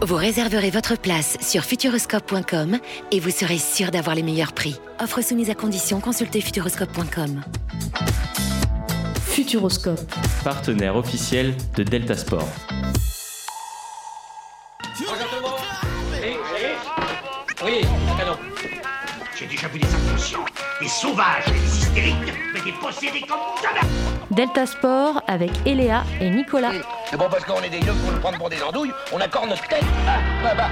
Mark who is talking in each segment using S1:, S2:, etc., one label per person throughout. S1: Vous réserverez votre place sur futuroscope.com et vous serez sûr d'avoir les meilleurs prix. Offre soumise à condition, consultez futuroscope.com.
S2: Futuroscope.
S3: Partenaire officiel de Delta Sport.
S4: Oui, alors.
S5: J'ai déjà vu des inconscients, des sauvages, des hystériques, mais des possédés comme jamais
S2: Delta Sport avec Eléa et Nicolas.
S6: C'est bon Eh ben, parce qu'on est des yeux pour nous prendre pour des andouilles, on accorde notre tête. Ah, bah, bah.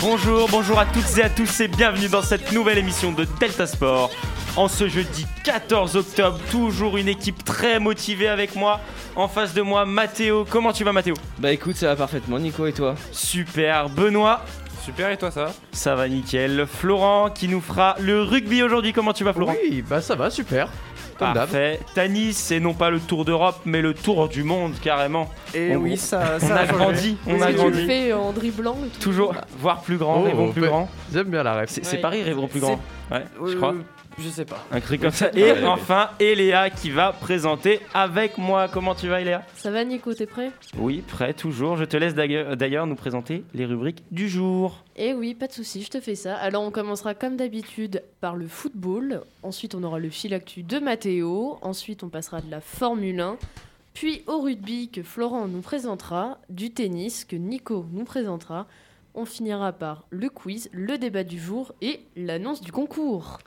S3: Bonjour, bonjour à toutes et à tous et bienvenue dans cette nouvelle émission de Delta Sport. En ce jeudi 14 octobre, toujours une équipe très motivée avec moi. En face de moi, Mathéo. Comment tu vas, Mathéo
S7: Bah écoute, ça va parfaitement, Nico et toi
S3: Super. Benoît,
S8: Super et toi ça
S3: ça va nickel. Florent qui nous fera le rugby aujourd'hui. Comment tu vas, Florent
S8: Oui, bah ça va, super. Comme d'hab.
S3: Parfait. Tanis, et non pas le tour d'Europe, mais le tour du monde carrément.
S8: Et
S3: On-
S8: oui, ça,
S3: On
S8: ça
S3: a grandi, on a
S9: Parce que tu
S3: grandi.
S9: le fais en dribblant et tout. Bah,
S3: Toujours, voire plus grand,
S8: Oh,
S3: rêvons plus
S8: bah-
S3: grand.
S8: J'aime bien la ref.
S3: C'est c'est
S9: Ouais.
S3: Paris, rêvons plus grand. Ouais,
S10: euh,
S3: je crois.
S8: Je sais pas.
S3: Un truc comme ça. Et enfin, Eléa qui va présenter avec moi. Comment tu vas, Eléa
S9: Ça va, Nico, t'es prêt
S3: Oui, prêt, toujours. Je te laisse d'ailleurs d'ailleurs nous présenter les rubriques du jour.
S9: Eh oui, pas de souci, je te fais ça. Alors, on commencera comme d'habitude par le football. Ensuite, on aura le fil actu de Matteo. Ensuite, on passera de la Formule 1. Puis au rugby que Florent nous présentera. Du tennis que Nico nous présentera. On finira par le quiz, le débat du jour et l'annonce du concours.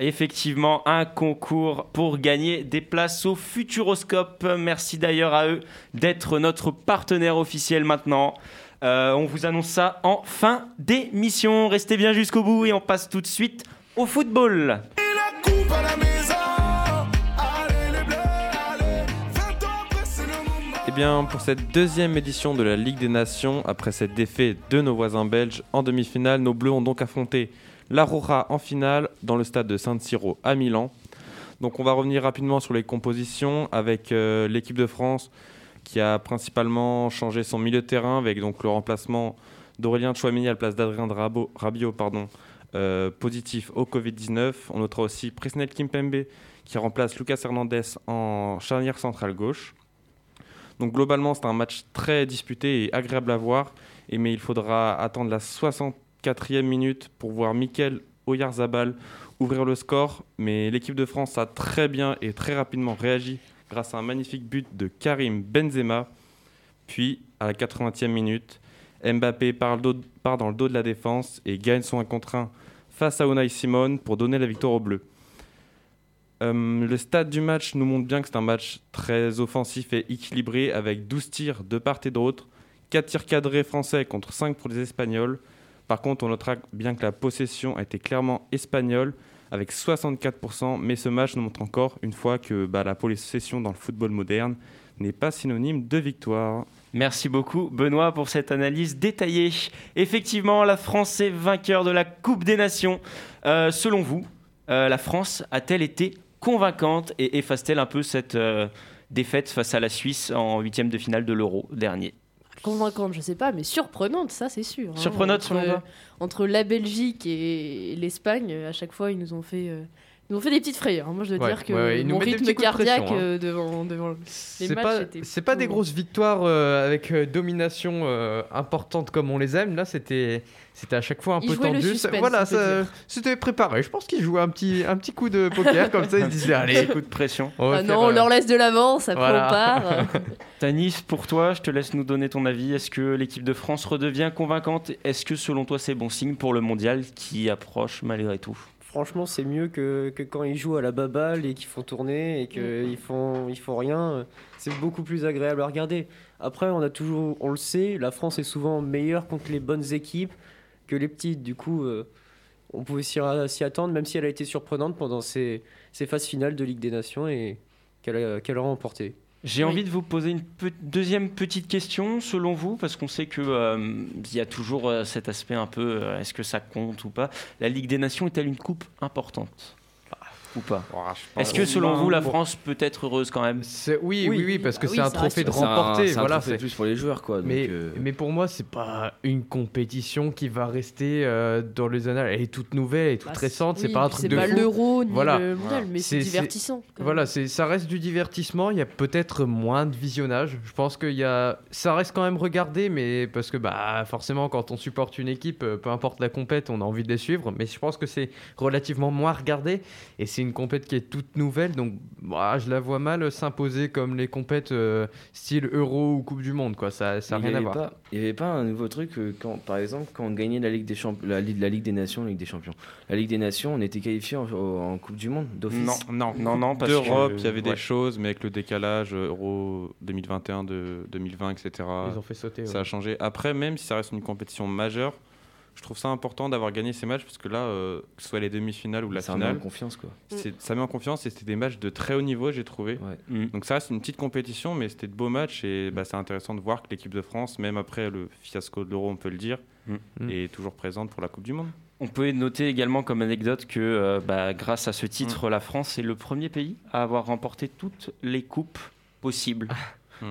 S3: Effectivement, un concours pour gagner des places au Futuroscope. Merci d'ailleurs à eux d'être notre partenaire officiel maintenant. Euh, on vous annonce ça en fin d'émission. Restez bien jusqu'au bout et on passe tout de suite au football.
S11: Eh bien, pour cette deuxième édition de la Ligue des Nations, après cette défaite de nos voisins belges en demi-finale, nos Bleus ont donc affronté la Roja en finale dans le stade de San Siro à Milan. Donc, on va revenir rapidement sur les compositions avec euh, l'équipe de France qui a principalement changé son milieu de terrain avec donc le remplacement d'Aurélien Chouamini à la place d'Adrien Drabo- Rabiot, pardon, euh, positif au Covid-19. On notera aussi Presnel Kimpembe qui remplace Lucas Hernandez en charnière centrale gauche. Donc globalement, c'est un match très disputé et agréable à voir. Et mais il faudra attendre la 64e minute pour voir Mikel Oyarzabal ouvrir le score. Mais l'équipe de France a très bien et très rapidement réagi grâce à un magnifique but de Karim Benzema. Puis, à la 80e minute, Mbappé part, le dos- part dans le dos de la défense et gagne son 1 contre 1 face à Unai Simon pour donner la victoire aux Bleus. Euh, le stade du match nous montre bien que c'est un match très offensif et équilibré avec 12 tirs de part et d'autre, 4 tirs cadrés français contre 5 pour les Espagnols. Par contre, on notera bien que la possession a été clairement espagnole avec 64%, mais ce match nous montre encore une fois que bah, la possession dans le football moderne n'est pas synonyme de victoire.
S3: Merci beaucoup Benoît pour cette analyse détaillée. Effectivement, la France est vainqueur de la Coupe des Nations. Euh, selon vous, euh, la France a-t-elle été convaincante et efface-t-elle un peu cette euh, défaite face à la Suisse en huitième de finale de l'Euro dernier
S9: Convaincante, je sais pas, mais surprenante, ça c'est sûr. hein.
S3: Surprenante selon
S9: Entre-
S3: toi
S9: entre la Belgique et l'Espagne, euh, à chaque fois, ils nous ont fait, euh, ils nous ont fait des petites frayeurs. hein. Moi, je dois
S8: Ouais,
S9: dire que
S8: ouais, ouais, ils nous
S9: mon
S8: mettent des
S9: rythme
S8: petits coups de
S9: cardiaque
S8: pression, hein.
S9: euh, devant, devant.
S8: C'est
S9: matchs
S8: pas,
S9: étaient
S8: c'est pas des
S9: plutôt-
S8: grosses victoires euh, avec euh, domination euh, importante comme on les aime. Là, c'était, c'était à chaque fois un
S9: Ils
S8: peu
S9: jouaient le
S8: tendu.
S9: suspense,
S8: C'est- voilà,
S9: on peut
S8: ça-
S9: dire.
S8: c'était préparé. Je pense qu'ils jouaient un petit, un petit coup de poker comme ça. Ils se disaient, allez,
S3: coup de pression.
S8: on va
S9: Ah
S8: faire,
S9: non, on
S8: euh,
S9: leur laisse de l'avance, après
S8: voilà.
S9: on part.
S3: Tanis, pour toi, je te laisse nous donner ton avis. Est-ce que l'équipe de France redevient convaincante Est-ce que selon toi c'est bon signe pour le mondial qui approche malgré tout
S10: Franchement, c'est mieux que, que quand ils jouent à la baballe et qu'ils font tourner et qu'ils font, ils font rien. C'est beaucoup plus agréable à regarder. Après, on a toujours, on le sait, la France est souvent meilleure contre les bonnes équipes que les petites. Du coup, euh, on pouvait s'y s'y attendre, même si elle a été surprenante pendant ces, ces phases finales de Ligue des Nations et qu'elle a- qu'elle a remporté.
S3: J'ai envie de vous poser une pe- deuxième petite question, selon vous, parce qu'on sait que euh, il y a toujours euh, cet aspect un peu, euh, est-ce que ça compte ou pas La Ligue des Nations est-elle une coupe importante Ah, ou pas Est-ce que selon vous, la France peut être heureuse quand même
S8: oui, oui, oui, parce que c'est un trophée de remporter. voilà, c'est
S7: plus pour les joueurs, quoi. donc,
S8: mais,
S7: euh,
S8: mais pour moi, c'est pas une compétition qui va rester euh, dans les annales. Elle est toute nouvelle, elle est toute
S9: Bah,
S8: récente.
S9: oui,
S8: c'est pas un
S9: puis
S8: truc
S9: c'est
S8: de
S9: pas
S8: fou.
S9: l'Euro ni le Mondial, mais c'est
S8: C'est- c'est-
S9: divertissant, quand même.
S8: Voilà, c'est ça reste du divertissement. Il y a peut-être moins de visionnage. Je pense que y a, ça reste quand même regardé, mais parce que bah forcément, quand on supporte une équipe, euh, peu importe la compète, on a envie de les suivre. Mais je pense que c'est relativement moins regardé et c'est une compète qui est toute nouvelle, donc bah, je la vois mal s'imposer comme les compètes euh, style Euro ou Coupe du Monde, quoi. Ça, ça a
S7: il
S8: rien
S7: y
S8: à
S7: avait
S8: voir.
S7: pas- Il n'y avait pas un nouveau truc, euh, quand, par exemple, quand on gagnait la Ligue des, Champ- la, Ligue- la Ligue des Nations, la Ligue des Champions, la Ligue des Nations, on était qualifié en, en Coupe du Monde d'office.
S11: Non, non, non, non, parce D'Europe, il y avait des choses, mais avec le décalage euh, Euro 2021 de 2020, etc.
S8: Ils ont fait sauter,
S11: Ça
S8: ouais.
S11: a changé. Après, même si ça reste une compétition majeure, je trouve ça important d'avoir gagné ces matchs parce que là, euh, que ce soit les demi-finales ou la
S7: Ça remet
S11: finale,
S7: en confiance, quoi.
S11: c'est- Ça met en confiance et c'était des matchs de très haut niveau, j'ai trouvé. Donc ça, c'est une petite compétition, mais c'était de beaux matchs et bah, c'est intéressant de voir que l'équipe de France, même après le fiasco de l'Euro, on peut le dire,
S7: Mm.
S11: est toujours présente pour la Coupe du Monde.
S3: On peut noter également comme anecdote que euh, bah, grâce à ce
S11: Mm.
S3: titre, la France est le premier pays à avoir remporté toutes les coupes possibles.
S11: Ah.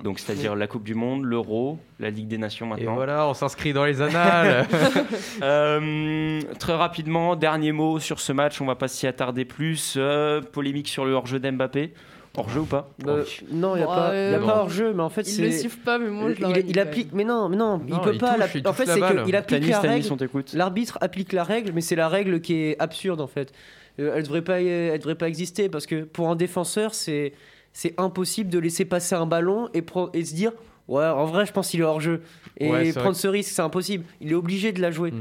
S3: Donc c'est-à-dire la Coupe du Monde, l'Euro, la Ligue des Nations
S8: Et
S3: maintenant.
S8: voilà, on s'inscrit dans les annales.
S3: Euh, très rapidement, dernier mot sur ce match, on va pas s'y attarder plus. Euh, polémique sur le hors-jeu d'Mbappé. Hors-jeu ou pas
S10: Euh, non, il n'y a
S3: Bon,
S10: pas, y a
S3: euh,
S10: pas hors-jeu, mais en fait,
S9: il
S10: c'est.
S9: le siffle pas, mais moi, je l'aurais
S10: il,
S9: mis
S10: il
S9: quand
S10: applique, mais non, mais non, il
S9: Non,
S10: peut
S9: il
S10: pas.
S9: touche,
S10: la-
S9: il
S10: en
S9: touche
S10: fait,
S9: la
S10: c'est
S9: balle.
S10: qu'il applique
S9: Tanis,
S10: la
S9: Tanis,
S10: règle.
S9: on
S10: L'arbitre applique la règle, mais c'est la règle qui est absurde en fait. Euh, elle devrait pas, elle devrait pas exister parce que pour un défenseur, c'est c'est impossible de laisser passer un ballon et, pro- et se dire ouais, en vrai, je pense qu'il est hors jeu et
S8: Ouais, c'est
S10: prendre
S8: vrai.
S10: ce risque, c'est impossible. Il est obligé de la jouer.
S11: Ouais,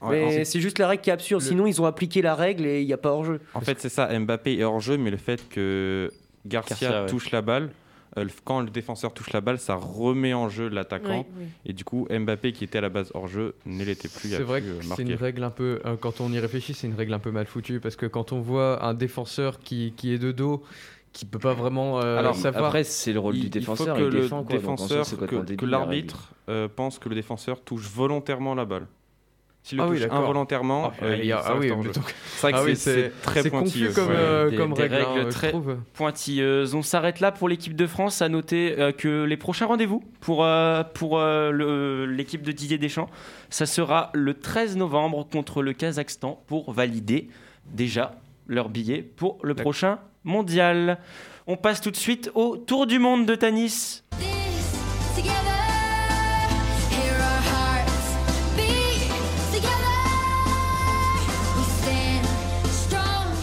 S11: en
S10: Mais
S11: fait-
S10: c'est juste la règle qui est absurde. Sinon, ils ont appliqué la règle et il n'y a pas hors jeu.
S11: En fait, c'est ça, Mbappé est hors jeu, mais le fait que Garcia,
S10: Garcia, ouais.
S11: touche la balle, euh, le- quand le défenseur touche la balle, ça remet en jeu l'attaquant.
S8: Ouais, oui.
S11: Et du coup, Mbappé, qui était à la base hors jeu, ne l'était plus. il a
S8: C'est vrai que
S11: pu, euh,
S8: c'est
S11: marquer.
S8: une règle un peu, euh, quand on y réfléchit, c'est une règle un peu mal foutue parce que quand on voit un défenseur qui, qui est de dos, qui peut pas vraiment euh,
S7: Alors,
S8: savoir.
S7: après, c'est le rôle du
S8: Il- il faut
S7: défenseur,
S8: que
S7: il
S8: le-
S7: défend, quoi, donc en soi,
S11: défenseur,
S7: c'est quoi,
S11: que,
S7: t'en débile,
S11: que
S7: la
S11: l'arbitre euh, pense que le défenseur touche volontairement la balle. S'il le
S8: Ah oui,
S11: touche
S8: d'accord.
S11: involontairement,
S8: Ah,
S11: euh,
S8: il
S11: il
S8: y a-
S11: ça
S8: ah
S11: reste
S8: oui,
S11: hors
S8: mais
S11: jeu.
S8: donc-
S11: C'est vrai
S8: Ah
S11: que
S8: oui,
S11: c'est-
S8: c'est-
S11: c'est très
S8: c'est confus
S11: pointilleux.
S8: comme, euh,
S11: Des-
S8: comme
S11: des
S8: règle, hein,
S11: règles
S8: je
S11: très
S8: trouve.
S3: pointilleuse. On s'arrête là pour l'équipe de France. À noter euh, que les prochains rendez-vous pour, euh, pour euh, le- l'équipe de Didier Deschamps, ça sera le 13 novembre contre le Kazakhstan pour valider déjà leur billet pour le prochain mondial. On passe tout de suite au tour du monde de Tanis.
S12: Together, hear our hearts beat. Together, we stand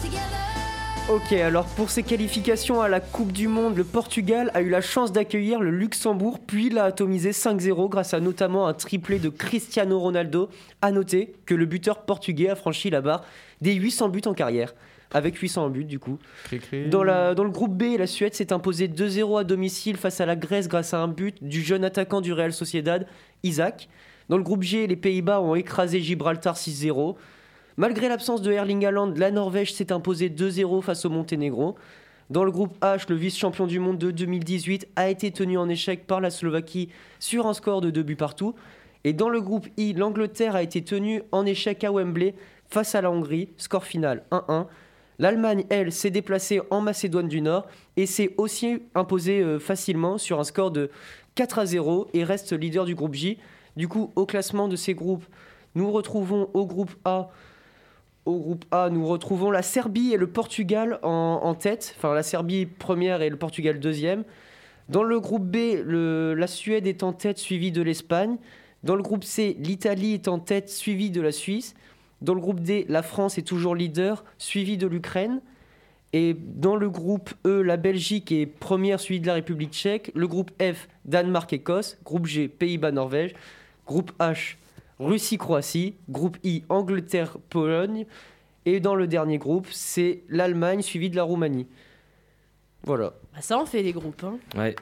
S12: strong.
S10: Ok, alors pour ses qualifications à la Coupe du Monde, le Portugal a eu la chance d'accueillir le Luxembourg, puis l'a atomisé 5-0 grâce à notamment un triplé de Cristiano Ronaldo. À noter que le buteur portugais a franchi la barre des 800 buts en carrière, avec 800 buts du coup. Dans, la- dans le groupe B, la Suède s'est imposée 2-0 à domicile face à la Grèce grâce à un but du jeune attaquant du Real Sociedad, Isaac. Dans le groupe G, les Pays-Bas ont écrasé Gibraltar 6-0. Malgré l'absence de Erling Haaland, la Norvège s'est imposée 2-0 face au Monténégro. Dans le groupe H, le vice-champion du monde de 2018 a été tenu en échec par la Slovaquie sur un score de 2 buts partout. Et dans le groupe I, l'Angleterre a été tenue en échec à Wembley face à la Hongrie, score final 1-1. L'Allemagne, elle, s'est déplacée en Macédoine du Nord et s'est aussi imposée euh, facilement sur un score de 4 à 0 et reste leader du groupe J. Du coup, au classement de ces groupes, nous retrouvons au groupe A au groupe A, nous retrouvons la Serbie et le Portugal en, en tête. Enfin, la Serbie première et le Portugal deuxième. Dans le groupe B, le- la Suède est en tête, suivie de l'Espagne. Dans le groupe C, l'Italie est en tête, suivie de la Suisse. Dans le groupe D, la France est toujours leader, suivie de l'Ukraine. Et dans le groupe E, la Belgique est première, suivie de la République tchèque. Le groupe F, Danemark-Écosse. Groupe G, Pays-Bas-Norvège. Groupe H, Russie-Croatie. Groupe I, Angleterre-Pologne. Et dans le dernier groupe, c'est l'Allemagne, suivie de la Roumanie. Voilà.
S9: même. Bah, ça, on fait des groupes. Hein.
S7: Ouais.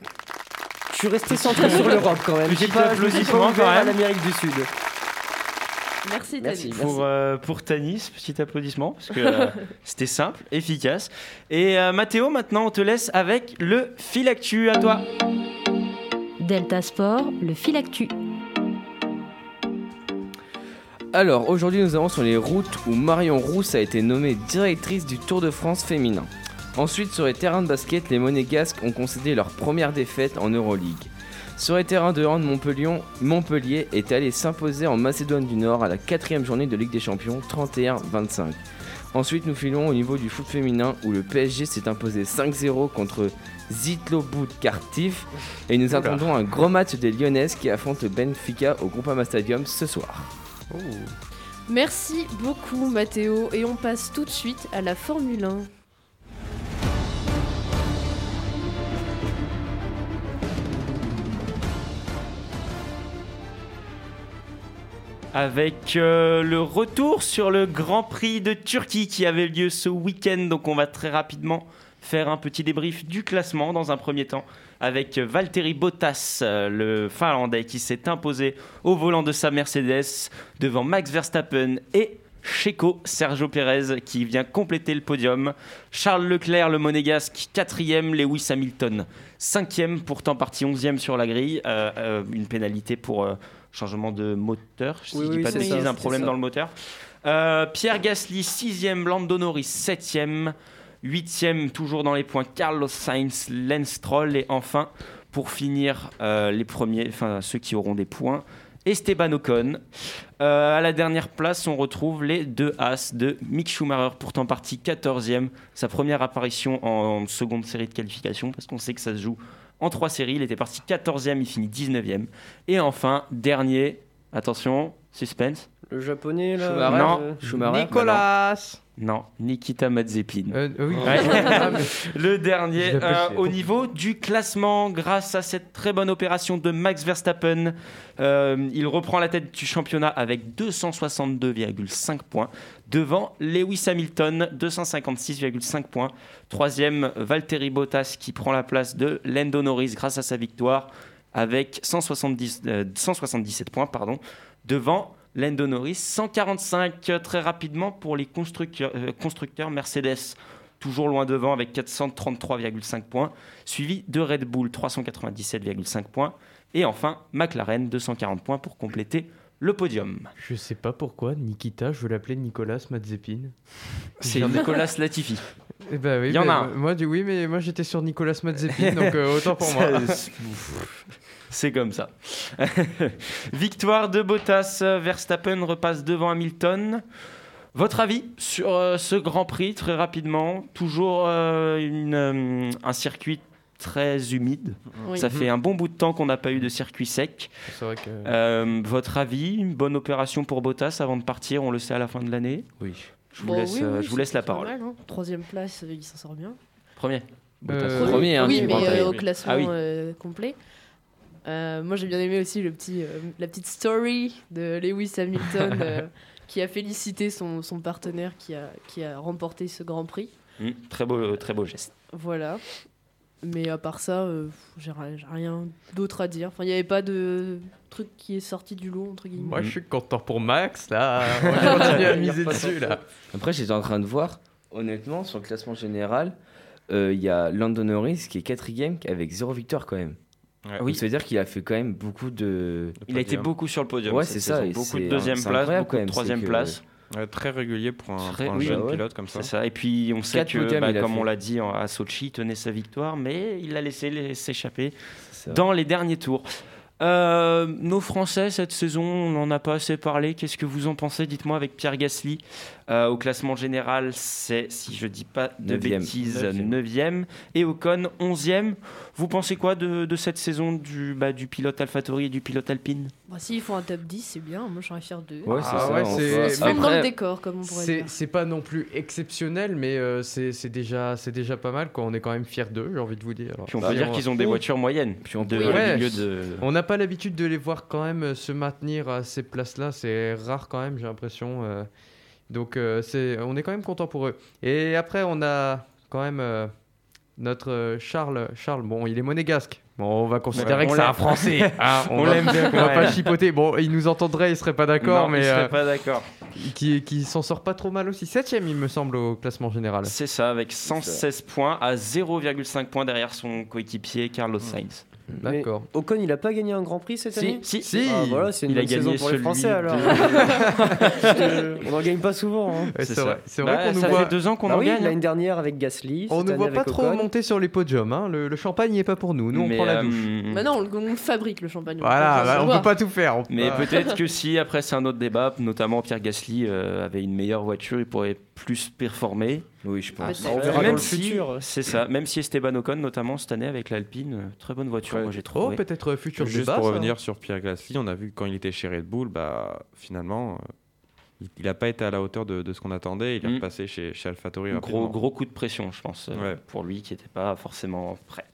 S10: Je suis resté centré sur l'Europe quand même.
S3: Petit
S10: J'ai pas, je me suis
S3: applaudissement,
S10: pas ouvert
S3: quand
S10: à
S3: même.
S10: l'Amérique du Sud.
S9: Merci, Tani.
S3: Pour, euh, pour Tanis, petit applaudissement, parce que euh, c'était simple, efficace. Et euh, Mathéo, maintenant, on te laisse avec le fil actu à toi.
S2: Delta Sport, le fil actu.
S7: Alors, aujourd'hui, nous avons sur les routes où Marion Rousse a été nommée directrice du Tour de France féminin. Ensuite, sur les terrains de basket, les Monégasques ont concédé leur première défaite en Euroleague. Sur les terrains de hand, Montpellier, Montpellier est allé s'imposer en Macédoine du Nord à la quatrième journée de Ligue des Champions 31-25. Ensuite, nous filons au niveau du foot féminin où le PSG s'est imposé 5-0 contre Zitlobut Cartif et nous
S8: Oula.
S7: attendons un gros match des Lyonnaises qui affrontent le Benfica au Groupama Stadium ce soir.
S9: Merci beaucoup, Mathéo. Et on passe tout de suite à la Formule 1.
S3: Avec euh, le retour sur le Grand Prix de Turquie qui avait lieu ce week-end, donc on va très rapidement faire un petit débrief du classement dans un premier temps avec Valtteri Bottas, euh, le Finlandais qui s'est imposé au volant de sa Mercedes devant Max Verstappen et Checo Sergio Pérez qui vient compléter le podium. Charles Leclerc, le Monégasque, quatrième. Lewis Hamilton, cinquième, pourtant parti onzième sur la grille. Euh, euh, une pénalité pour euh, changement de moteur, si
S10: Oui,
S3: je dis
S10: oui,
S3: pas de
S10: c'est
S3: bêtises,
S10: ça,
S3: un problème
S10: c'est ça.
S3: dans le moteur. Euh, Pierre Gasly, 6e, Lando Norris, 7e, 8e, toujours dans les points, Carlos Sainz, Lance Stroll, et enfin, pour finir, euh, les premiers, enfin, ceux qui auront des points, Esteban Ocon. Euh, à la dernière place, on retrouve les deux As de Mick Schumacher, pourtant parti 14e, sa première apparition en seconde série de qualification, parce qu'on sait que ça se joue en trois séries. Il était parti 14e, il finit 19e. Et enfin, dernier, attention, suspense.
S10: Le japonais, là.
S3: Schumacher. Non.
S10: euh,
S3: Schumacher.
S10: Nicolas
S3: Non, Nikita Mazepin.
S8: Euh,
S10: oui.
S8: Ah,
S3: Le dernier
S10: Je l'ai
S3: euh,
S10: pêché.
S3: au niveau du classement, grâce à cette très bonne opération de Max Verstappen, euh, il reprend la tête du championnat avec 262,5 points devant Lewis Hamilton 256,5 points. Troisième, Valtteri Bottas qui prend la place de Lando Norris grâce à sa victoire avec 170, euh, 177 points pardon, devant Lando Norris. 145 euh, très rapidement pour les constructeurs, euh, constructeurs Mercedes. Toujours loin devant avec 433,5 points, suivi de Red Bull 397,5 points et enfin McLaren 240 points pour compléter le podium.
S8: Je sais pas pourquoi, Nikita, je veux l'appeler Nicolas Mazepin.
S3: C'est
S8: J'en ai-
S3: Nicolas Latifi.
S8: Eh ben oui,
S3: Il y en
S8: mais
S3: a un.
S8: Moi, du- oui, mais moi j'étais sur Nicolas Mazepin, donc euh, autant pour moi.
S3: Ça, C'est comme ça. Victoire de Bottas, Verstappen repasse devant Hamilton. Votre avis sur euh, ce Grand Prix très rapidement Toujours euh, une, euh, un circuit très humide.
S8: Oui.
S3: Ça fait un bon bout de temps qu'on n'a pas eu de circuit sec.
S8: C'est vrai que-
S3: Euh, votre avis Une bonne opération pour Bottas avant de partir, on le sait à la fin de l'année Oui. Je vous,
S9: Bon,
S3: laisse,
S9: oui,
S3: euh,
S9: oui,
S3: je vous laisse la
S9: c'est pas
S3: parole.
S9: mal, hein. Troisième place, euh, il s'en sort bien.
S3: Premier.
S8: Euh,
S3: Bottas.
S7: Premier, hein,
S9: oui,
S7: tu
S9: mais
S7: parles
S9: euh,
S7: pas.
S9: au classement
S3: Ah oui.
S9: euh, complet. Euh, moi, j'ai bien aimé aussi le petit, euh, la petite story de Lewis Hamilton euh, qui a félicité son, son partenaire qui a, qui a remporté ce Grand Prix.
S3: Mm, très, beau, très beau geste.
S9: Voilà. Mais à part ça, euh, pff, j'ai ri- j'ai rien d'autre à dire. Enfin, il n'y avait pas de truc qui est sorti du lot, entre guillemets.
S8: Moi, je suis content pour Max, là. On continue à miser dessus, là.
S7: Après, j'étais en train de voir, honnêtement, sur le classement général, euh, il y a Landon Norris qui est quatrième avec zéro victoire quand même.
S3: Ah oui.
S7: Donc, Ça veut dire qu'il a fait quand même beaucoup de.
S3: Il a été beaucoup sur le podium.
S7: Ouais,
S3: cette
S7: c'est ça.
S3: saison.
S7: et
S3: Beaucoup
S7: c'est-
S3: de deuxième
S7: c'est
S3: place,
S7: incroyable quand
S3: beaucoup de
S7: même, c'est
S3: troisième
S7: que-
S3: place.
S11: Ouais, très régulier pour un,
S3: Très-
S11: pour un
S3: oui,
S11: jeune
S3: ouais.
S11: pilote comme ça.
S3: C'est ça. Et puis on sait
S7: Quatre
S3: que,
S7: podiums,
S3: bah,
S7: il a
S3: comme
S7: fait.
S3: on l'a dit en- à Sochi, il tenait sa victoire, mais il l'a laissé les- s'échapper
S7: ça.
S3: dans les derniers tours. Euh, nos Français cette saison, on n'en a pas assez parlé. Qu'est-ce que vous en pensez Dites-moi avec Pierre Gasly. Euh, au classement général, c'est, si je dis pas de
S7: Neuvième.
S3: bêtises,
S7: Neuvième.
S3: 9e. Et Ocon, 11e. Vous pensez quoi de, de cette saison du, bah, du pilote AlphaTauri et du pilote Alpine
S9: Bon, Bah, S'ils font un top 10, c'est bien. Moi, j'aurais faire deux.
S3: Ouais, c'est Ah ça, ouais, on
S8: c'est-
S3: voit
S9: Ils sont
S8: mais
S9: dans le
S8: après,
S9: décor, comme on pourrait
S8: C'est
S9: dire.
S8: c'est pas non plus exceptionnel, mais euh, c'est c'est déjà, c'est déjà pas mal. Quoi. On est quand même fiers d'eux, j'ai envie de vous dire. Alors,
S3: Puis on
S8: bah,
S3: peut dire qu'ils ont des
S8: oh.
S3: voitures moyennes. Puis on
S8: Oui, ouais. On n'a pas l'habitude de les voir quand même euh, se maintenir à ces places-là. C'est rare quand même, j'ai l'impression. euh. Donc euh, c'est, on est quand même content pour eux. Et après, on a quand même euh, notre euh, Charles. Charles, bon, il est monégasque. Bon, on va considérer
S7: on
S8: que c'est un
S7: l'aime.
S8: Français.
S3: Ah,
S8: hein.
S7: On
S8: va-
S7: l'aime bien
S8: On
S7: quand
S8: va
S7: même.
S8: pas chipoter. Bon, il nous entendrait, il serait pas d'accord,
S3: Non,
S8: mais
S3: il serait
S8: euh,
S3: pas d'accord.
S8: Qui, qui s'en sort pas trop mal aussi. Septième, il me semble, au classement général.
S3: C'est ça, avec 116 points à 0,5 points derrière son coéquipier Carlos
S8: Mmh.
S3: Sainz.
S8: D'accord.
S10: Ocon, il a pas gagné un Grand Prix cette
S3: Si,
S10: année
S3: si.
S10: Ah, voilà, c'est une
S3: Il a
S10: bonne
S3: gagné
S10: saison pour les
S3: celui
S10: Français
S3: de-
S10: alors. on en gagne pas souvent. hein.
S8: Ouais, C'est c'est vrai. vrai. C'est vrai Bah, qu'on nous
S10: ça
S8: ça voit-
S10: fait deux ans qu'on en
S3: hein.
S10: gagne. L'année dernière avec Gasly.
S8: On
S10: cette
S8: ne
S10: année
S8: voit pas
S10: avec
S8: trop
S10: Ocon.
S8: monter sur les podiums. hein. Le, le champagne n'est pas pour nous. Nous, on
S3: Mais,
S8: prend la
S3: euh,
S8: douche.
S9: Maintenant, on, Bah le- on le fabrique le champagne. on
S8: Voilà,
S9: le
S8: bah, on
S9: voit.
S8: peut pas tout faire. on peut
S3: Mais
S8: pas-
S3: peut-être que si, après, c'est un autre débat, notamment Pierre Gasly euh, avait une meilleure voiture, il pourrait plus performer.
S7: Oui, je
S10: pense. Peut-être. On verra dans
S3: même
S10: le
S3: si,
S10: futur.
S3: C'est ça. Même si Esteban Ocon, notamment cette année avec l'Alpine, euh, très bonne voiture, moi j'ai trouvé.
S8: peut-être, euh, futur
S11: Juste
S8: débat,
S11: pour
S8: ça.
S11: revenir sur Pierre Gasly, on a vu que quand il était chez Red Bull, bah, finalement, euh, il n'a pas été à la hauteur de, de ce qu'on attendait. Il est
S3: Mm.
S11: repassé chez, chez AlphaTauri.
S3: Gros,
S11: rapidement.
S3: gros coup de pression, je pense, euh,
S11: Ouais.
S3: pour lui qui n'était pas forcément prêt.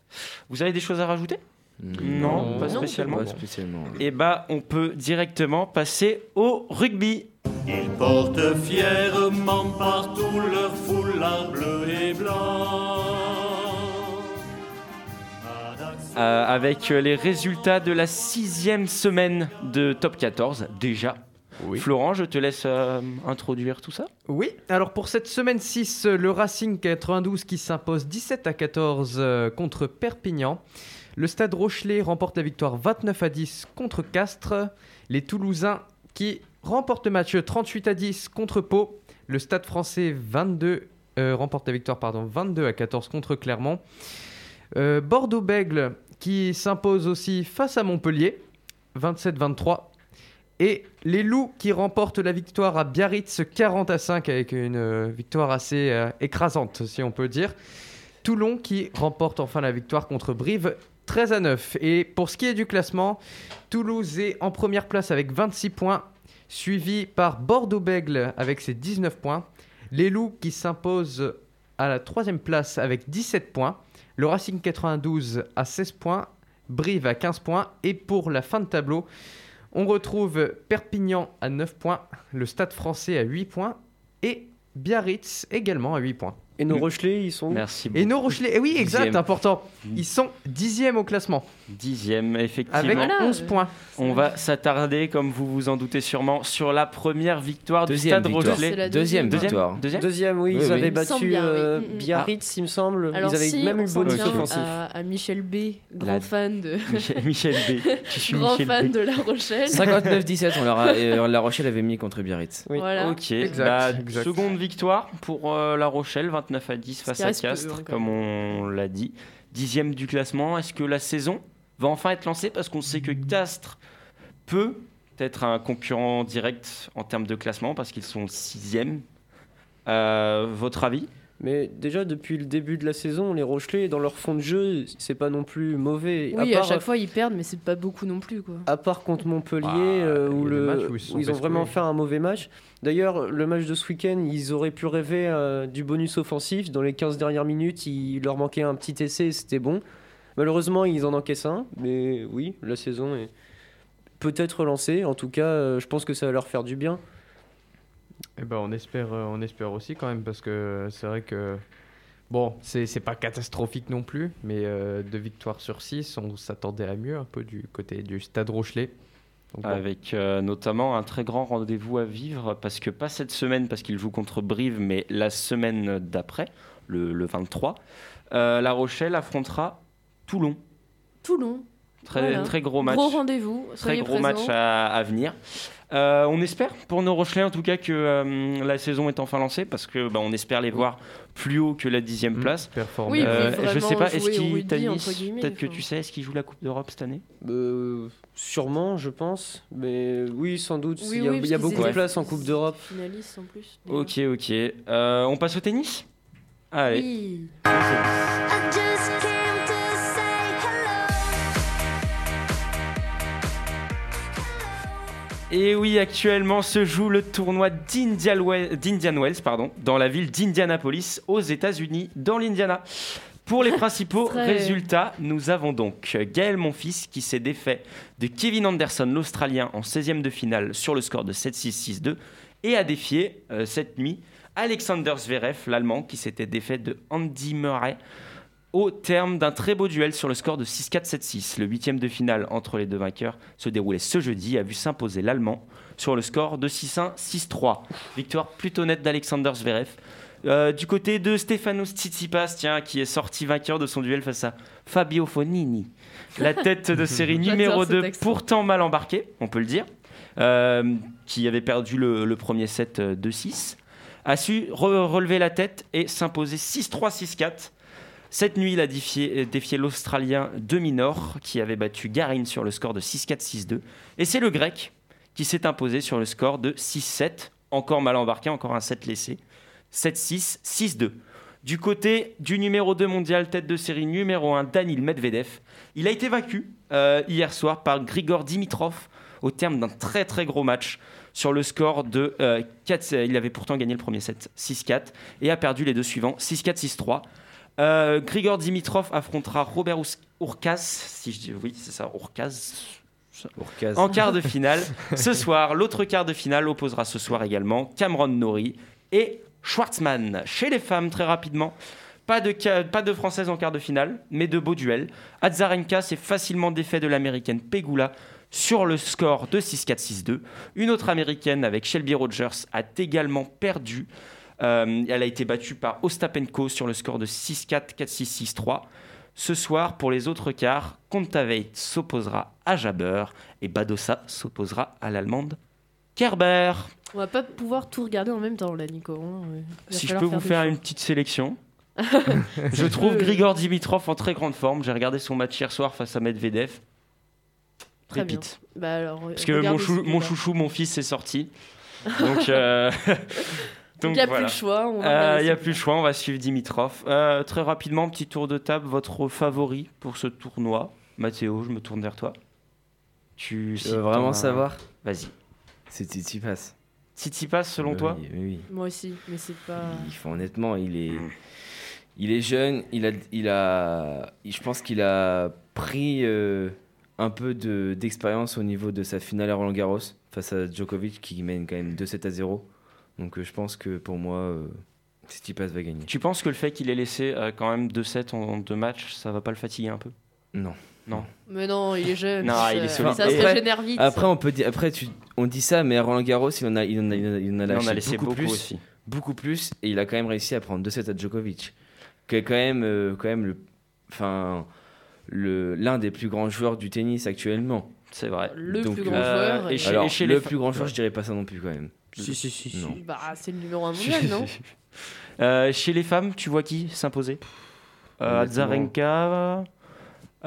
S3: Vous avez des choses à rajouter
S11: Non.
S3: pas
S11: Non,
S3: spécialement.
S11: pas spécialement.
S3: Et bah, on peut directement passer au rugby.
S13: Ils portent fièrement partout leur foulard bleu et blanc.
S3: Euh, avec euh, les résultats de la sixième semaine de Top 14 déjà. Florent, je te laisse euh, introduire tout ça.
S8: Oui, alors pour cette semaine 6, euh, le Racing 92 qui s'impose 17 à 14 euh, contre Perpignan. Le Stade Rochelet remporte la victoire 29 à 10 contre Castres. Les Toulousains qui remportent le match 38 à 10 contre Pau. Le Stade français 22, euh, remporte la victoire pardon, 22 à 14 contre Clermont. Euh, Bordeaux-Bègle qui s'impose aussi face à Montpellier, 27-23. Et les Loups qui remportent la victoire à Biarritz 40 à 5 avec une euh, victoire assez euh, écrasante si on peut dire. Toulon qui remporte enfin la victoire contre Brive 13 à 9. Et pour ce qui est du classement, Toulouse est en première place avec 26 points, suivi par Bordeaux-Bègle avec ses 19 points. Les Loups qui s'imposent à la troisième place avec 17 points. Le Racing 92 à 16 points. Brive à 15 points. Et pour la fin de tableau, on retrouve Perpignan à 9 points. Le Stade français à 8 points. Et Biarritz également à 8 points.
S10: Et
S7: Mm.
S10: nos Rochelais, ils sont.
S3: Merci
S8: Et nos Rochelais, eh oui, exact,
S3: Dixième.
S8: important. Ils sont dixième au classement.
S3: Dixième, effectivement.
S8: Avec 11 points.
S3: On va s'attarder, comme vous vous en doutez sûrement, sur la première victoire
S7: Deuxième
S3: du Stade
S7: victoire.
S3: Rochelet.
S7: C'est la deuxième
S3: deuxième
S7: victoire.
S3: Deuxième,
S10: Deuxième, oui,
S7: Oui,
S10: ils
S7: oui.
S10: avaient
S7: Il me
S9: semble
S10: battu
S9: bien, oui.
S10: euh,
S9: Mm, mm.
S10: Biarritz, il me semble.
S9: Alors,
S10: ils avaient
S9: si,
S10: même
S9: on
S10: une
S9: s'en
S10: bonus
S9: tient
S10: offensive.
S9: À, à Michel B, grand
S7: La-
S9: fan de.
S3: Michel, Michel B. Je suis
S9: grand
S7: Michel
S9: fan
S7: B.
S9: de La Rochelle.
S7: 59-17, on leur a- euh, La Rochelle avait mis contre Biarritz.
S9: Voilà.
S3: Ok,
S7: Exact,
S3: la
S7: exact.
S3: seconde victoire pour euh, La Rochelle, 29 à 10 face
S9: qui
S3: à
S9: reste peu,
S3: Castres,
S9: hein, quand
S3: comme on l'a dit. Dixième du classement. Est-ce que la saison va enfin être lancée Parce qu'on sait que Castres peut être un concurrent direct en termes de classement, parce qu'ils sont sixième. Euh, votre avis
S10: Mais déjà, depuis le début de la saison, les Rochelais, dans leur fond de jeu, c'est pas non plus mauvais.
S9: Oui,
S10: à
S9: à
S10: part, euh,
S9: chaque fois ils perdent, mais c'est pas beaucoup non plus quoi.
S10: à part contre Montpellier,
S9: Bah,
S10: euh,
S9: il y
S10: où,
S9: a
S10: le,
S9: des matchs où ils se
S10: où
S9: sont
S10: ils ont
S9: fait
S10: vraiment
S9: secouer.
S10: fait un mauvais match. D'ailleurs, le match de ce week-end, ils auraient pu rêver euh, du bonus offensif. Dans les 15 dernières minutes, il leur manquait un petit essai, c'était bon. Malheureusement, ils en encaissent un, mais oui, la saison est peut-être relancée. En tout cas, euh, je pense que ça va leur faire du bien.
S8: Eh ben, on espère, euh, on espère aussi quand même parce que euh, c'est vrai que bon, c'est c'est pas catastrophique non plus, mais euh, deux victoires sur six, on s'attendait à mieux un peu du côté du Stade Rochelet. Donc, bon.
S3: Avec euh, notamment un très grand rendez-vous à vivre, parce que pas cette semaine, parce qu'il joue contre Brive, mais la semaine d'après, le, le 23, euh, La Rochelle affrontera Toulon.
S9: Toulon.
S3: Très,
S9: Voilà.
S3: très gros match.
S9: Gros rendez-vous.
S3: Très
S9: soyez
S3: gros
S9: présents.
S10: hein.
S3: match à, à venir. Euh, on espère pour nos Rochelais en tout cas que euh, la saison est enfin lancée parce que bah, on espère les voir plus haut que la
S8: Mm. hmm,
S3: dixième place. Euh,
S9: Oui, mais
S3: je
S9: vraiment
S3: sais pas, est-ce
S9: jouer au
S3: qu'ils
S9: rugby,
S3: Tanis,
S9: entre guillemets,
S3: peut-être que
S9: enfin.
S3: tu sais, est-ce qu'ils jouent la Coupe d'Europe cette année
S10: Euh, sûrement, je pense. Mais oui, sans doute.
S9: Oui,
S10: il y a,
S9: oui,
S10: il
S9: parce
S10: y a
S9: qu'ils
S10: beaucoup de
S9: étaient
S10: place en Coupe d'Europe.
S9: Finaliste en plus.
S3: Ok, ok. Euh, on passe au tennis Allez.
S9: Oui.
S3: Et oui, actuellement se joue le tournoi d'Indian Wel- d'Indian Wells pardon, dans la ville d'Indianapolis, aux États-Unis, dans l'Indiana. Pour les principaux
S7: Très-
S3: résultats, nous avons donc Gaël Monfils qui s'est défait de Kevin Anderson, l'Australien, en 16e de finale sur le score de 7-6-6-2 et a défié euh, cette nuit Alexander Zverev, l'Allemand, qui s'était défait de Andy Murray au terme d'un très beau duel sur le score de 6-4-7-6. Le huitième de finale entre les deux vainqueurs se déroulait ce jeudi et a vu s'imposer l'Allemand sur le score de 6-1-6-3. Victoire plutôt nette d'Alexander Zverev. Euh, du côté de Stefanos Tsitsipas, tiens, qui est sorti vainqueur de son duel face à Fabio Fonini, la tête de série
S11: J'adore
S3: numéro
S11: ce
S3: 2,
S11: texte.
S3: pourtant mal embarqué, on peut le dire, euh, qui avait perdu le, le premier set euh, 2-6, a su re- relever la tête et s'imposer 6-3-6-4. Cette nuit, il a défié, euh, défié l'Australien Demi-Nord, qui avait battu Garin sur le score de 6-4-6-2. Et c'est le Grec qui s'est imposé sur le score de 6-7, encore mal embarqué, encore un set laissé. 7-6, 6-2. Du côté du numéro 2 mondial, tête de série numéro 1, Danil Medvedev, il a été vaincu euh, hier soir par Grigor Dimitrov au terme d'un très très gros match sur le score de euh, 4. euh, Il avait pourtant gagné le premier set 6-4 et a perdu les deux suivants 6-4, 6-3. Euh, Grigor Dimitrov affrontera Robert Ous- Urkaz, si je dis oui, c'est ça, Urkaz, en quart de finale, ce soir, l'autre quart de finale opposera ce soir également Cameron Norrie et Schwartzmann. Chez les femmes, très rapidement, pas de, ca- pas de française en quart de finale, mais de beaux duels. Azarenka s'est facilement défait de l'américaine Pegula sur le score de 6-4-6-2. Une autre américaine avec Shelby Rogers a également perdu. Euh, elle a été battue par Ostapenko sur le score de 6-4, 4-6, 6-3. Ce soir, pour les autres quarts, Kontaveit s'opposera à Jabber et Badosa s'opposera à l'Allemande Kerber.
S9: On va pas pouvoir tout regarder en même temps là, Nico. hein, ouais. Il va
S3: Si je
S9: falloir
S3: peux vous
S9: des
S3: faire
S9: choix.
S3: une petite sélection. je trouve Grigor Dimitrov en très grande forme. J'ai regardé son match hier soir face à Medvedev.
S9: Très bien.
S3: Pépite.
S9: Bah alors,
S3: Parce que
S9: regarde
S3: mon, chou-
S9: aussi
S3: mon
S9: celui-là.
S3: chouchou, mon fils, est sorti. Donc, euh,
S9: Il y a plus le choix, on va
S3: Euh,
S9: regarder
S3: il y a
S9: ça.
S3: plus le choix. On va suivre Dimitrov. Euh, très rapidement, petit tour de table. Votre favori pour ce tournoi, Mathéo, je me tourne vers toi. Tu
S7: veux
S8: euh,
S7: vraiment savoir
S3: Vas-y.
S7: C'est Tsitsipas.
S3: Tsitsipas, selon
S7: Oui,
S3: toi
S7: oui, oui.
S9: Moi aussi, mais c'est pas.
S7: Il faut- honnêtement, il est, il est jeune. Il a, il a, il- je pense qu'il a pris euh, un peu de- d'expérience au niveau de sa finale à Roland Garros face à Djokovic qui mène quand même 2-7 à 0. Donc euh, je pense que pour moi, euh, Tsitsipas va gagner.
S3: Tu penses que le fait qu'il ait laissé euh, quand même 2-7 en, en deux matchs, ça va pas le fatiguer un peu
S7: Non.
S3: Non.
S9: Mais non, il est jeune.
S3: Non,
S9: ça-
S3: il est solide.
S9: Ça
S7: Après-
S9: se régénère vite.
S7: Après, on peut dire, après tu, on dit ça, mais à Roland Garros, il en a, il en a, il en a, il en a
S3: en a
S7: lâché
S3: laissé beaucoup
S7: plus,
S3: aussi.
S7: beaucoup plus, et il a quand même réussi à prendre 2-7 à Djokovic, qui est quand même, euh, quand même le, enfin, le l'un des plus grands joueurs du tennis actuellement.
S3: C'est vrai. Euh,
S9: Le plus grand joueur, et-
S7: Et chez,
S9: Alors,
S7: et chez
S9: le
S7: le
S9: plus
S7: plus
S9: grand
S7: grand
S9: joueur,
S7: joueur,
S9: je
S7: je dirais pas ça non plus quand même.
S3: Si, si, si.
S7: Non.
S9: Bah, c'est le numéro 1 mondial, non
S3: Euh, chez les femmes, tu vois qui s'imposer
S7: Honnêtement.
S3: euh, Azarenka,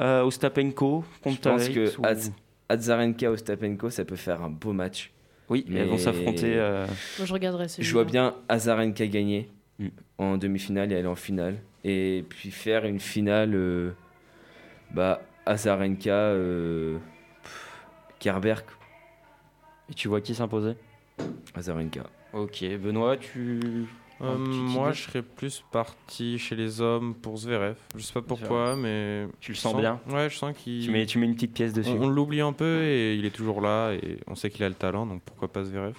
S3: euh, Ostapenko,
S7: Je pense
S3: Kontaveit
S7: que
S3: ou-
S7: Az- Azarenka Ostapenko, ça peut faire un beau match.
S3: Oui, elles vont s'affronter, euh,
S9: Moi, je regarderai celui-là.
S7: Je vois bien Azarenka gagner
S10: Mm.
S7: en demi-finale et aller en finale. Et puis faire une finale. euh, bah, Azarenka. euh, pff, Kerber.
S3: Et tu vois qui s'imposer
S7: Azarenka.
S3: Ok, Benoît, tu.
S11: Euh,
S3: une petite
S11: moi,
S3: idée
S11: je serais plus parti chez les hommes pour Zverev. Je sais pas pourquoi, mais.
S3: Tu le
S11: je
S3: sens bien
S11: Ouais, je sens qu'il.
S3: Tu mets- tu mets une petite pièce dessus.
S11: On, on l'oublie un peu et il est toujours là et on sait qu'il a le talent, donc pourquoi pas Zverev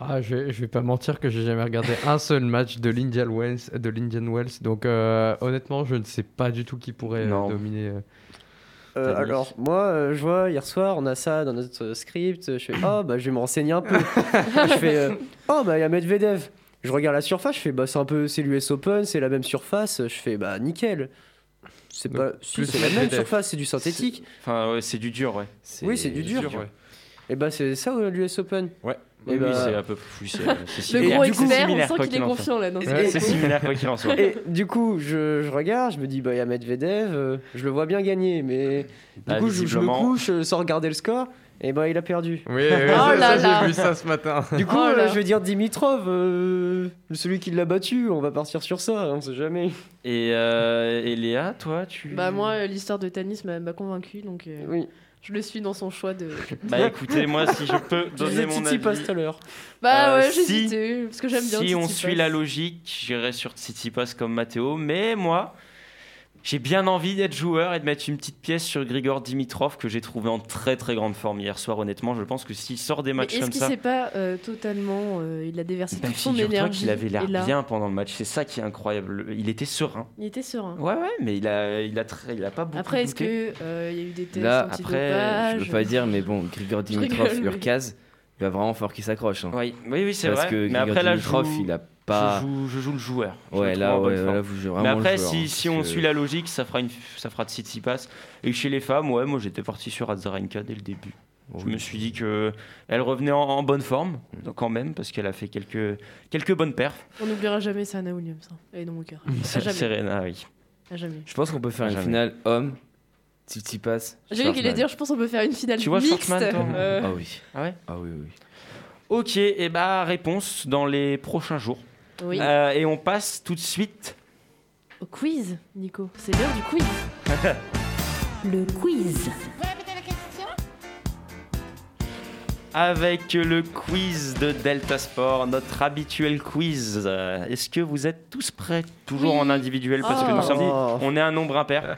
S8: Ah, je, vais- je vais pas mentir que j'ai jamais regardé un seul match de l'Indian Wells, de l'Indian Wells. Donc euh, honnêtement, je ne sais pas du tout qui pourrait euh,
S10: Non.
S8: dominer. euh,
S10: Euh,
S8: Tanis.
S10: alors, moi, euh, je vois, hier soir, on a ça dans notre euh, script. Je fais, oh, bah, je vais me renseigner un peu. je fais, euh, oh, bah, il y a Medvedev. Je regarde la surface, je fais, bah, c'est un peu, c'est l'US Open, c'est la même surface. Je fais, bah, nickel. C'est pas, si,
S3: plus
S10: c'est la même
S3: Medvedev.
S10: surface, c'est du synthétique.
S3: Enfin, ouais, c'est du dur, ouais.
S10: Oui, c'est du dur. Et bah, c'est ça, euh, l'US Open. Eh ben,
S11: Ouais.
S3: Oui, oui, c'est à peu plus. c'est- c'est
S10: Et
S3: similaire.
S10: du coup-
S3: bah, similaire, quoi qu'il en soit. Ouais, C'est similaire, quoi qu'il en soit.
S10: Et du coup, je, je regarde, je me dis, bah, il y a Medvedev, euh, je le vois bien gagner, mais du
S3: Bah,
S10: coup, je, je me
S3: visiblement.
S10: couche euh, sans regarder le score, et bah, il a perdu.
S8: Oui, oui, Oh ça, là ça, j'ai là. vu ça ce matin.
S10: Du coup,
S8: Oh
S10: euh,
S8: là.
S10: je vais dire Dimitrov, euh, celui qui l'a battu, on va partir sur ça, on sait jamais.
S3: Et, euh, et Léa, toi, tu.
S9: Bah, moi, euh, l'histoire de Tanis m'a m'a convaincu, donc. euh, Je le suis dans son choix de.
S3: Bah écoutez, moi si je peux
S10: Tu
S3: donner
S10: disais
S3: mon avis.
S10: Tsitsipas tout à l'heure.
S9: Bah
S3: Euh,
S9: ouais,
S3: si-
S9: j'hésitais, parce que j'aime bien
S3: Si on
S9: Tsitsipas.
S3: suit la logique, j'irai sur Tsitsipas comme Matteo, mais moi, J'ai bien envie d'être joueur et de mettre une petite pièce sur Grigor Dimitrov que j'ai trouvé en très très grande forme hier soir. Honnêtement, je pense que s'il sort des
S9: Mais
S3: matchs
S9: Est-ce
S3: comme
S9: qu'il
S3: ça.
S9: s'est pas euh, totalement. euh, il a déversé
S3: Bah,
S9: toute son
S3: Figure-toi
S9: énergie.
S3: qu'il avait l'air
S9: et là,
S3: bien pendant le match, c'est ça qui est incroyable. Il était serein.
S9: Il était serein.
S3: Ouais, ouais, mais il a, il a, très- il a pas beaucoup.
S9: Après, est-ce qu'il y
S3: douté.
S9: a eu des tests
S7: Là, après,
S9: antidopage
S7: je peux pas dire, mais bon, Grigor
S9: Je rigole,
S7: Dimitrov,
S9: mais-
S7: Urkaz, il va vraiment fort qu'il s'accroche. hein.
S3: Oui, oui, oui, c'est
S7: Parce
S3: vrai.
S7: que
S3: Mais
S7: Grigor
S3: après, là, je
S7: Dimitrov,
S3: joue-
S7: il a pas.
S3: je joue, je joue le joueur. Je
S7: Ouais,
S3: le
S7: là,
S3: trouve en bonne
S7: ouais,
S3: forme.
S7: là, vous jouez
S3: Mais
S7: vraiment le
S3: après,
S7: joueur, hein,
S3: si, si
S7: parce
S3: on
S7: que-
S3: suit la logique, ça fera, une, ça fera Tsitsipas. Et chez les femmes, ouais, moi j'étais parti sur Azarenka dès le début. Je me suis dit que elle revenait en, en bonne forme,
S7: Mm.
S3: donc quand même, parce qu'elle a fait quelques, quelques bonnes perfs.
S9: On n'oubliera jamais Serena Williams. hein. Elle est dans mon cœur. À jamais.
S3: Serena, oui.
S9: À jamais.
S7: Je pense qu'on peut
S10: Ah,
S7: faire
S3: À
S7: une
S3: jamais.
S7: finale homme, Tsitsipas.
S9: J'ai vu qu'il allait
S7: Schwartzman.
S9: dire, je pense qu'on peut faire une finale
S3: Tu vois
S9: mixte.
S3: Schwartzman, toi
S9: Euh,
S7: Ah oui.
S3: Ah ouais
S7: Ah oui, oui.
S3: Ok, et bah réponse dans les prochains jours.
S9: Oui.
S3: Euh, et on passe tout de suite.
S9: Au quiz, Nico. C'est l'heure du quiz.
S3: Le quiz. Avec le quiz de Delta Sport, notre habituel quiz. Euh, Est-ce que vous êtes tous prêts Toujours en individuel parce que
S9: Oh.
S3: nous sommes,
S9: Oh.
S3: on est un nombre impair.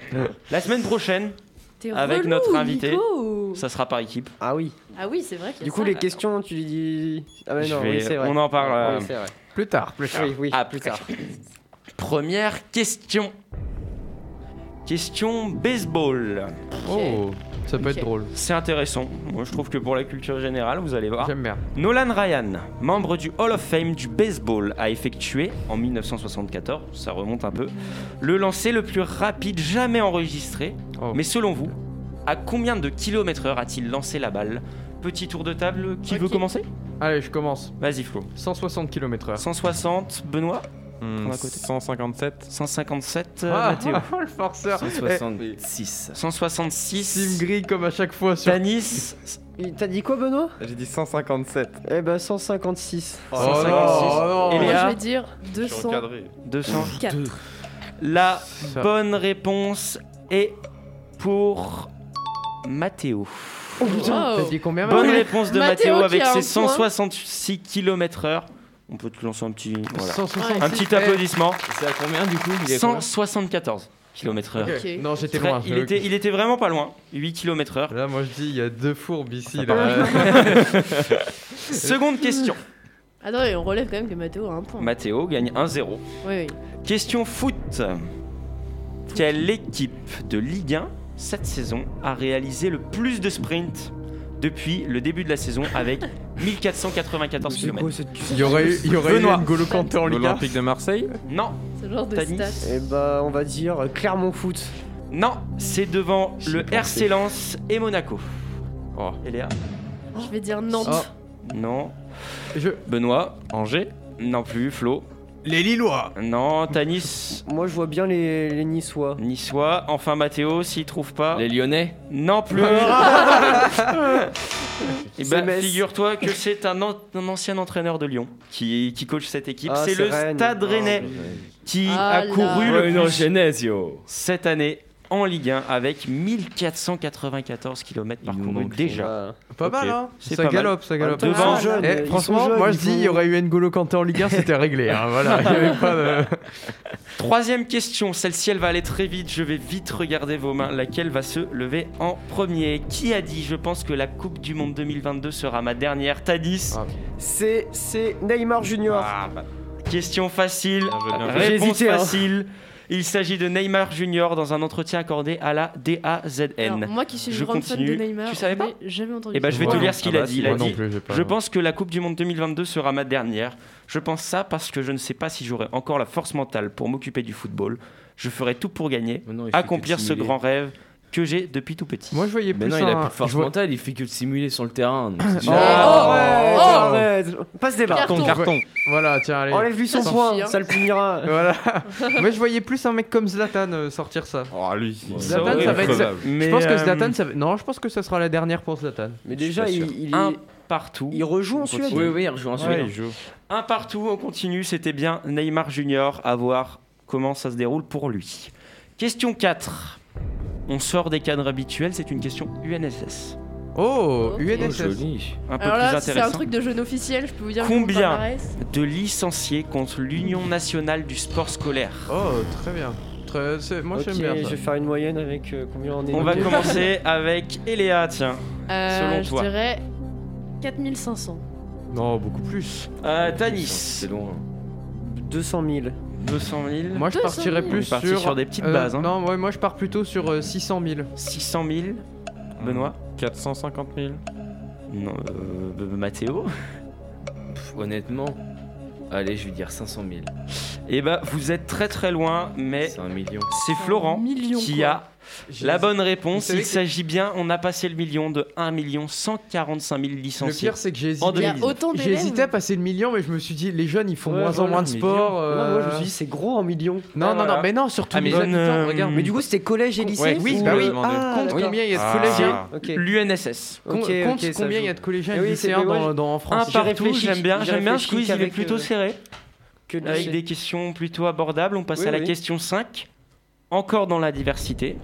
S3: La semaine prochaine,
S9: T'es
S3: avec
S9: relou,
S3: notre invité,
S9: Nico.
S3: ça sera par équipe.
S10: Ah oui.
S9: Ah oui, c'est vrai qu'il y a
S10: Du coup,
S9: ça.
S10: les questions, tu lui dis. Ah, mais
S3: Je
S10: non,
S3: vais-
S10: oui, c'est vrai.
S3: on en parle, euh,
S10: Oui, c'est vrai.
S8: Plus tard, plus
S10: Oui, oui,
S3: Ah,
S10: plus tard.
S3: Première question. Question baseball.
S8: Oh, ça peut être drôle.
S3: C'est intéressant. Moi, je trouve que pour la culture générale, vous
S8: Ah.
S3: allez voir. J'aime bien. Nolan Ryan, membre du Hall of Fame du baseball, a effectué en 1974, ça remonte un peu, le lancer le plus rapide jamais enregistré. Mais selon vous, à combien de kilomètres heure a-t-il lancé la balle Petit tour de table, qui veut commencer
S8: Allez, je commence.
S3: Vas-y, Flo.
S8: 160 km/h.
S3: 160, Benoît
S11: Hmm,
S3: Prends à côté.
S11: 157.
S3: 157, euh,
S8: Ah,
S3: Mathéo.
S8: le forceur.
S10: Eh,
S7: 166.
S3: 166.
S8: Grille comme à chaque fois sur.
S3: Tanis.
S10: Il- T'as dit quoi, Benoît
S11: J'ai dit 157.
S10: Eh ben 156.
S3: Oh, 156.
S8: Oh,
S9: Moi,
S3: Et Léa
S9: Oh, je vais dire 200.
S3: 204.
S9: Deux.
S3: La
S8: Ça.
S3: bonne réponse est pour Mathéo.
S8: Oh putain,
S3: Wow.
S8: t'as dit combien
S3: Bonne
S8: Mathéo
S3: réponse de Mathéo
S8: Mathéo bah qui
S3: avec
S8: a un
S3: ses
S8: point.
S3: 166 km/h. On peut te lancer un petit, voilà.
S8: 166.
S3: un petit applaudissement.
S7: C'est à combien du coup il est à combien
S3: 174 km/h.
S8: Ok. Non, j'étais
S3: Très-
S8: loin.
S3: Il était, il était vraiment pas loin, 8 km/h.
S8: Là, moi je dis, il y a deux fourbes ici.
S3: paraît.
S8: Là.
S3: Seconde question.
S9: Attends, et on relève quand même que Mathéo a un point.
S3: Mathéo gagne 1-0.
S9: Oui, oui.
S3: Question foot. Quelle équipe de Ligue 1 cette saison a réalisé le plus de sprints depuis le début de la saison avec 1494 km
S8: Il y aurait eu, il y aurait eu
S3: Benoît.
S8: N'Golo Kanté en Ligue 1.
S11: L'Olympique de Marseille
S3: Non,
S9: Oh, bah, C'est le genre de
S3: Tanis.
S9: stats.
S10: Eh ben, on va dire euh, Clermont Foot.
S3: non, c'est devant le RC Lens et Monaco.
S11: Oh.
S3: Et Léa
S9: Je vais dire Nantes.
S3: Oh, Non.
S8: Je...
S3: Benoît Angers Non plus, Flo. Les Lillois Non, Tanis.
S10: Moi, je vois bien les, les Niçois.
S3: Niçois. Enfin, Mathéo, s'il trouve pas.
S7: Les Lyonnais
S3: Non plus. Et ben,
S10: Metz.
S3: figure-toi que c'est un, an- un ancien entraîneur de Lyon qui, qui coach cette équipe.
S7: Ah,
S3: c'est
S7: c'est
S3: le
S7: Rennes.
S3: Stade
S7: Ah,
S3: Rennais qui
S9: Ah
S3: a
S9: là.
S3: couru le
S7: Bruno
S3: plus
S7: Genesio.
S3: cette année en Ligue 1 avec 1494 km parcourus déjà.
S8: Pas mal,
S3: Ok.
S8: hein
S3: C'est
S8: Ça
S3: pas mal.
S8: galope, ça galope.
S3: Devant,
S8: Eh, franchement, moi je dis, il y aurait eu N'Golo Kanté en Ligue 1, c'était réglé. hein, voilà, il y avait pas de.
S3: Troisième question, celle-ci elle va aller très vite, je vais vite regarder vos mains, laquelle va se lever en premier Qui a dit je pense que la Coupe du Monde 2022 sera ma dernière Tadis
S10: C'est c'est Neymar Junior.
S3: Ah,
S10: Oh,
S3: Question facile,
S10: bien joué. J'ai
S3: réponse
S10: hésité, hein.
S3: facile. Il s'agit de Neymar Junior dans un entretien accordé à la DAZN.
S9: Alors, moi qui suis une
S3: je
S9: grande fan de
S3: continue.
S9: Neymar,
S3: Tu savais pas
S9: j'ai jamais entendu.
S3: Eh ben, je vais
S8: Ouais.
S3: te lire ce qu'il
S8: Ah
S3: a
S8: bah,
S3: dit.
S8: si,
S3: Il a
S8: moi non
S3: dit
S8: plus, j'ai pas-
S3: Je pense que la Coupe du Monde 2022 sera ma dernière. Je pense ça parce que je ne sais pas si j'aurai encore la force mentale pour m'occuper du football. Je ferai tout pour gagner,
S7: non, il fait que
S3: accomplir
S7: de
S3: ce
S7: simuler.
S3: grand rêve que j'ai depuis tout petit.
S8: Moi je voyais
S7: Mais
S8: plus.
S7: non, il a
S6: hein.
S8: un-
S7: plus de force
S8: je vois-
S7: mentale, il fait que de simuler sur le terrain. donc c'est
S8: Oh,
S7: sûr.
S10: Arrête, arrête.
S9: Oh.
S10: Passe des barres.
S8: Carton, carton. Voilà, tiens, allez.
S10: Enlève-lui son
S8: Ça
S10: point,
S8: suffit, hein.
S10: ça le punira.
S8: Voilà. Moi, je voyais plus un mec comme Zlatan euh, sortir ça.
S11: Oh, lui.
S8: Zlatan, ça va être. ça- Je
S3: Mais,
S8: pense que
S3: euh,
S8: Zlatan, ça va- non, je pense que ça sera la dernière pour Zlatan.
S10: Mais déjà, il, il est-
S3: Un partout.
S10: il rejoue en Suède.
S7: Oui, oui, il rejoue en Suède.
S3: Un partout, on continue. C'était bien Neymar Junior. À voir comment ça se déroule pour lui. Question 4. On sort des cadres habituels, c'est une question UNSS.
S8: Oh,
S7: Oh,
S8: UNSS.
S7: joli.
S3: Un peu
S9: Alors
S3: plus
S9: là, c'est un
S3: intéressant.
S9: truc de jeune officiel, je peux vous dire. que mon
S3: Combien
S9: palmarès-
S3: de licenciés contre l'Union nationale du sport scolaire
S8: Oh, très bien. Très- c'est- moi
S10: Ok,
S8: j'aime bien.
S10: je vais faire une moyenne avec euh, combien on est.
S3: On va commencer avec Eléa, tiens.
S9: Euh,
S3: selon
S9: je
S3: toi.
S9: dirais 4500.
S8: Non, beaucoup plus.
S3: Euh, Tanis. C'est
S7: long.
S10: 200 000.
S3: 200 000.
S8: Moi je
S3: 200 000.
S8: partirais
S3: On
S8: plus
S3: est parti
S8: sur...
S3: sur des petites
S8: euh,
S3: bases, hein.
S8: Non, ouais, moi je pars plutôt sur euh, 600 000.
S3: 600 000 Benoît
S11: Hmm. 450 000
S3: Non, euh, B- B- Mathéo
S7: Pff, Honnêtement, allez, je vais dire 500 000.
S3: Eh bah, vous êtes très très loin, mais c'est Florent
S7: million,
S3: qui
S7: quoi.
S3: a
S7: J'ai-
S3: la bonne réponse.
S7: Vous savez
S3: Il
S7: que-
S3: s'agit bien, on a passé le million de 1 145 000 licenciés.
S8: Le pire, c'est que j'ai hésité.
S3: en 2019.
S8: J'ai hésité à passer le million, mais je me suis dit, les jeunes, ils font
S10: Ouais,
S8: moins en
S10: voilà,
S8: moins de
S10: million.
S8: sport. euh,
S10: Non, moi, je me suis dit, c'est gros en millions.
S8: Non,
S10: Ah,
S8: non, non,
S10: voilà.
S8: mais non, surtout
S10: Ah, mais
S8: les jeunes.
S10: euh,
S8: regarde.
S10: mais du coup, c'était collège et lycée
S8: Ouais, oui,
S10: ou,
S8: bah oui.
S10: euh,
S8: Demandez.
S10: Ah,
S8: Compte
S10: d'accord.
S8: combien il y a de
S10: Ah.
S8: collégiens.
S10: Ok.
S3: L'UNSS.
S8: Com-
S10: Ok,
S8: compte
S10: ok, ça
S8: combien il y a
S10: joue.
S8: de collégiens et
S10: Eh
S8: de
S10: oui, c'est-
S8: lycéens
S10: mais ouais,
S8: dans, dans- en France.
S3: Un
S10: J'ai
S3: partout,
S10: réfléchi-
S3: j'aime bien.
S10: j'ai
S3: J'aime bien ce
S10: réfléchi
S3: quiz, il est
S10: qu'avec,
S3: plutôt
S10: euh,
S3: serré.
S10: que de
S3: Avec
S10: lycée.
S3: des questions plutôt abordables, on passe
S10: Oui,
S3: à la
S10: oui.
S3: question 5. Encore dans la diversité.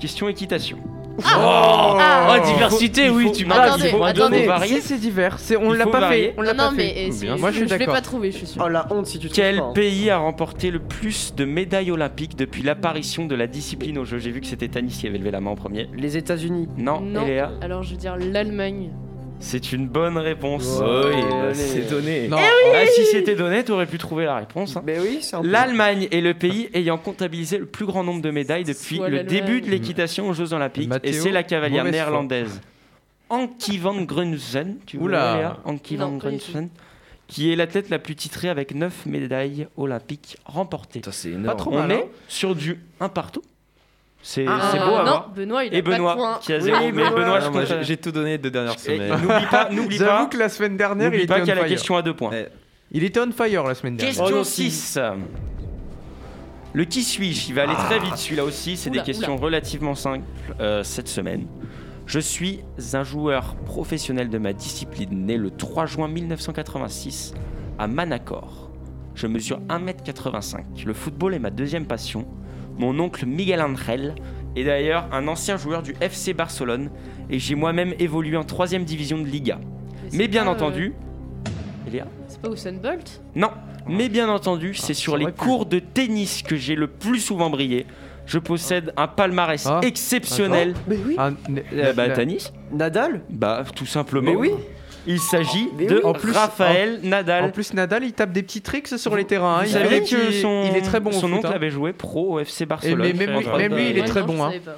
S3: Question équitation.
S8: Oh,
S3: Oh, diversité, oui, tu m'as
S9: Attendez,
S3: il faut
S9: attendez.
S3: donner.
S9: Faut
S8: Si, c'est divers. C'est- On
S3: Il
S8: l'a
S3: faut
S8: pas
S3: varier.
S8: fait. On l'a
S9: non,
S8: pas
S9: non,
S8: fait.
S9: mais euh, si-
S8: Moi, je suis
S9: l'ai
S8: d'accord.
S9: pas trouvé, je suis sûr.
S10: Oh la honte si tu trouves
S3: Quel
S10: pas, hein.
S3: pays a remporté le plus de médailles olympiques depuis l'apparition de la discipline au jeu J'ai vu que c'était Tanis qui avait levé la main en premier.
S10: hein. Les États-Unis.
S3: Non,
S9: Non.
S3: Eléa,
S8: Oh.
S9: Alors je veux dire l'Allemagne.
S3: c'est une bonne réponse.
S7: Oh, oui, bah, c'est donné.
S3: Non. Ah, si c'était donné, t'aurais pu trouver la réponse. hein.
S10: Mais oui, c'est un peu-
S3: L'Allemagne est le pays ayant comptabilisé le plus grand nombre de médailles depuis
S9: Soit
S3: le
S9: l'Allemagne.
S3: début de l'équitation aux Jeux Olympiques.
S8: Mathéo,
S3: et c'est la cavalière
S8: mauvaise foi.
S3: néerlandaise Ankie van Grunsven, tu vois
S8: Oula.
S3: Léa Ankie
S9: Non,
S3: van
S9: pas du tout.
S3: Grunsven, qui est l'athlète la plus titrée avec 9 médailles olympiques remportées.
S7: c'est
S3: Pas
S7: énorme.
S3: trop
S8: mal,
S3: On
S8: hein.
S3: est sur du 1 partout. C'est
S9: Ah,
S3: c'est beau à
S9: non,
S3: voir.
S9: Benoît, il a
S3: Et
S9: pas de
S3: Benoît,
S9: points.
S3: qui a zéro.
S9: Oui,
S3: mais
S9: Benoît.
S3: Benoît,
S11: Ah,
S3: je
S11: moi,
S3: compte à-
S11: j'ai- j'ai tout donné deux dernières
S3: Et
S11: semaines.
S3: N'oublie pas, n'oublie
S8: J'avoue
S3: pas,
S8: que la semaine dernière, il
S3: n'oublie
S8: était
S3: pas
S8: on
S3: qu'il y a la
S8: fire.
S3: question à deux points.
S8: Il était on fire la semaine dernière. Oh,
S3: Question 6. Le qui suis-je Il va aller très vite celui-là aussi. C'est des
S9: Ah. Oula,
S3: questions relativement simples euh, cette semaine. Je suis un joueur professionnel de ma discipline né le 3 juin 1986 à Manacor. Je mesure 1m85. Le football est ma deuxième passion. Mon oncle Miguel Angel est d'ailleurs un ancien joueur du FC Barcelone et j'ai moi-même évolué en 3 division de Liga.
S9: Mais c'est
S3: Mais bien
S9: pas, euh,
S3: entendu. Elia
S9: C'est pas Usain Bolt
S3: non, mais bien entendu, c'est sur
S8: j'aurais
S3: les
S8: pu.
S3: cours de tennis que j'ai le plus souvent brillé. Je possède un palmarès
S8: Ah.
S3: exceptionnel.
S10: Mais oui.
S8: Ah, n-
S10: Eh
S3: Euh, bah,
S8: la-
S3: tennis
S10: Nadal
S3: Bah, tout simplement.
S10: Mais oui.
S3: Il s'agit
S10: Mais
S3: de
S10: oui.
S8: En plus-
S3: Raphaël Nadal.
S8: En plus, Nadal, il tape des petits tricks sur les terrains. hein.
S3: Vous
S8: Il
S3: saviez
S8: fait-
S3: que
S8: il-
S3: son,
S8: il est très bon au
S3: son
S8: foot,
S3: oncle
S8: hein.
S3: avait joué pro au FC
S8: Et
S3: Barcelone.
S8: mais même, lui, même lui, il est
S9: Ouais,
S8: très
S9: Euh, non,
S8: bon.
S9: je
S8: hein.
S9: savais pas.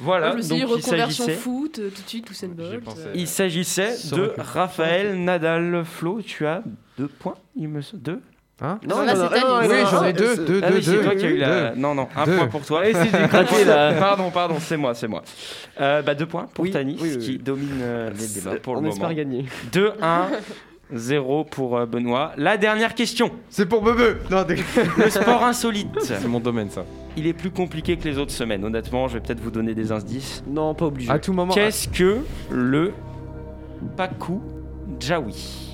S3: Voilà,
S9: Ah, je me suis
S3: donc
S9: dit
S3: il
S9: reconversion
S3: s'agissait...
S9: foot, euh, tout de suite Usain Bolt.
S11: pensé.
S9: euh.
S3: Il s'agissait
S8: Ça
S3: de
S8: aurait pu.
S3: Raphaël Nadal. Flo, tu as deux points, il me semble. Deux
S8: Hein
S10: Non,
S9: là,
S10: non,
S9: c'est
S10: non, non,
S9: Tanis.
S8: Oui,
S10: non,
S8: j'en ai
S10: non,
S8: deux,
S10: c'est-
S8: deux,
S3: Ah
S8: deux,
S3: oui, c'est
S8: deux.
S3: toi qui as eu la.
S8: deux.
S3: Non, non, un
S8: Deux.
S3: point pour
S10: Eh,
S3: toi. Pardon, pardon, c'est moi, c'est moi. Euh, bah, deux points pour
S10: Oui,
S3: Tanis
S10: oui, oui,
S3: qui
S10: oui.
S3: domine euh, les débats pour le
S10: Ah, On espère
S3: moment.
S10: gagner.
S3: 2-1. 0 pour euh, Benoît. La dernière question.
S8: C'est pour Bebe. Non, dé-
S3: Le sport insolite.
S11: C'est mon domaine, ça.
S3: Il est plus compliqué que les autres semaines. Honnêtement, je vais peut-être vous donner des indices.
S10: Non, pas obligé.
S8: à tout moment.
S3: Qu'est-ce que le Paku Jawi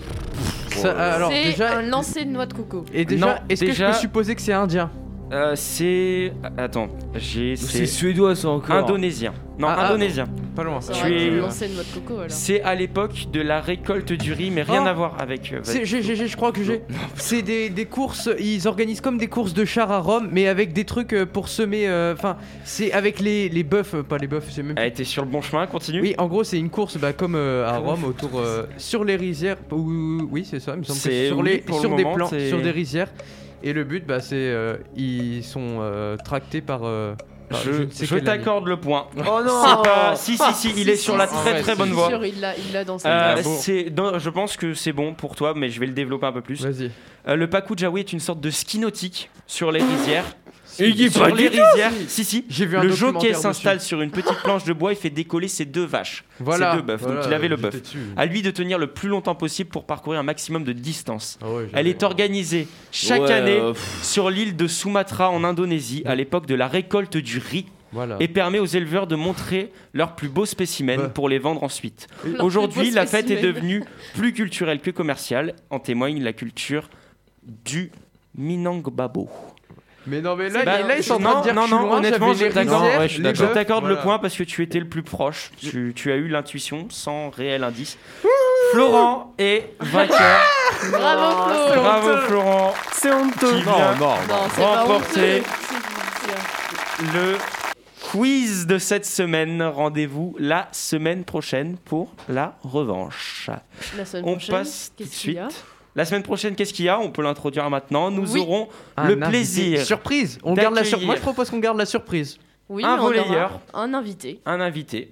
S8: Ça, Ah, alors
S9: c'est
S8: déjà.
S9: un lancer de noix de coco.
S8: Et
S3: Non,
S8: déjà, est-ce que je
S3: déjà-
S8: peux supposer que c'est indien
S3: Euh, C'est. Attends, j'ai. C'est
S7: suédois, ça encore.
S3: indonésien. Non,
S8: Ah, ah.
S3: indonésien.
S8: Pas loin.
S9: Ça
S3: Tu
S9: aurait été
S3: es-
S9: le lancer de noix de coco alors.
S3: C'est à l'époque de la récolte du riz, mais rien
S8: Oh.
S3: à voir avec. euh,
S8: C'est- j'ai- j'ai- j'ai- je crois que j'ai. C'est des, des courses, ils organisent comme des courses de chars à Rome, mais avec des trucs euh, pour semer. euh, Enfin, c'est avec les, les bœufs, euh, pas les bœufs, c'est même.
S3: Eh, t'es sur le bon chemin, continue.
S8: Oui, en gros, c'est une course bah, comme euh, à
S3: Comment
S8: Rome, autour. euh, sur les rizières. ou- oui, c'est ça, il me semble. que
S3: C'est-
S8: sur
S3: oui,
S8: les,
S3: pour le
S8: sur des
S3: moment,
S8: plans,
S3: c'est-
S8: sur des rizières. Et le but, bah, c'est. euh, ils sont euh, tractés par. euh, par-
S3: Je,
S8: ne sais
S3: je
S8: quelle année.
S3: t'accorde le point.
S10: Oh non
S3: C'est pas- Si, si, si, il est sur la
S9: si,
S3: très
S8: si,
S3: très
S8: si,
S3: bonne
S8: si,
S3: voie.
S9: Sûr, il l'a, il l'a dans sa
S3: Euh,
S9: tête.
S3: c'est- non, je pense que c'est bon pour toi, mais je vais le développer un peu plus.
S8: Vas-y.
S3: Euh, le Paku Jawi est une sorte de ski nautique sur les rizières.
S8: Il
S3: sur les rizières, si, si.
S8: J'ai vu un
S3: Le
S8: documentaire
S3: jockey
S8: dessus.
S3: s'installe sur une petite planche de bois et fait décoller ses deux vaches.
S8: Voilà.
S3: Ses deux bœufs.
S8: Voilà,
S3: Donc il avait le
S8: j'étais
S3: bœuf.
S8: dessus.
S3: À lui de tenir le plus longtemps possible pour parcourir un maximum de distance.
S8: Ah ouais,
S3: Elle
S8: j'avais-
S3: est organisée chaque
S7: Ouais,
S3: année
S7: euh, pff.
S3: sur l'île de Sumatra en Indonésie à l'époque de la récolte du riz
S8: Voilà.
S3: et permet aux éleveurs de montrer leurs plus beaux spécimens
S8: Bah.
S3: pour les vendre ensuite.
S9: plus
S3: Aujourd'hui,
S9: beaux
S3: la fête est
S9: spécimens.
S3: devenue plus culturelle que commerciale. En témoigne la culture du Minangbabo.
S8: Mais non, mais là,
S3: Bah,
S8: là, ils sont en
S3: non,
S8: train de dire
S3: non,
S8: que je suis
S3: non,
S8: loin,
S3: honnêtement,
S8: j'avais
S3: je
S8: les
S3: t'accorde-
S8: rizières,
S11: ouais, je suis
S8: les
S11: d'accord.
S3: Je
S8: bœufs,
S3: t'accorde
S8: voilà.
S3: le point parce que tu étais le plus proche. Tu, tu as eu l'intuition sans réel indice. Florent est vainqueur.
S9: Bravo Flo
S3: Bravo Florent.
S10: C'est honteux
S3: Qui vient
S9: Non, c'est pas
S3: remporter
S9: honteux.
S3: le quiz de cette semaine. Rendez-vous la semaine prochaine pour la revanche.
S9: La semaine
S3: On
S9: prochaine,
S3: passe tout de
S9: qu'est-ce qu'il y
S3: suite.
S9: a
S3: La semaine prochaine, qu'est-ce qu'il y a On peut l'introduire maintenant. Nous
S9: Oui.
S3: aurons
S8: Un
S3: le
S8: invité
S3: plaisir.
S8: surprise. On garde la sur-
S3: d'accueillir
S8: Moi, je propose qu'on garde la surprise.
S9: Oui, mais
S3: un
S9: on aura
S3: volleyeur.
S9: Un invité.
S3: Un invité.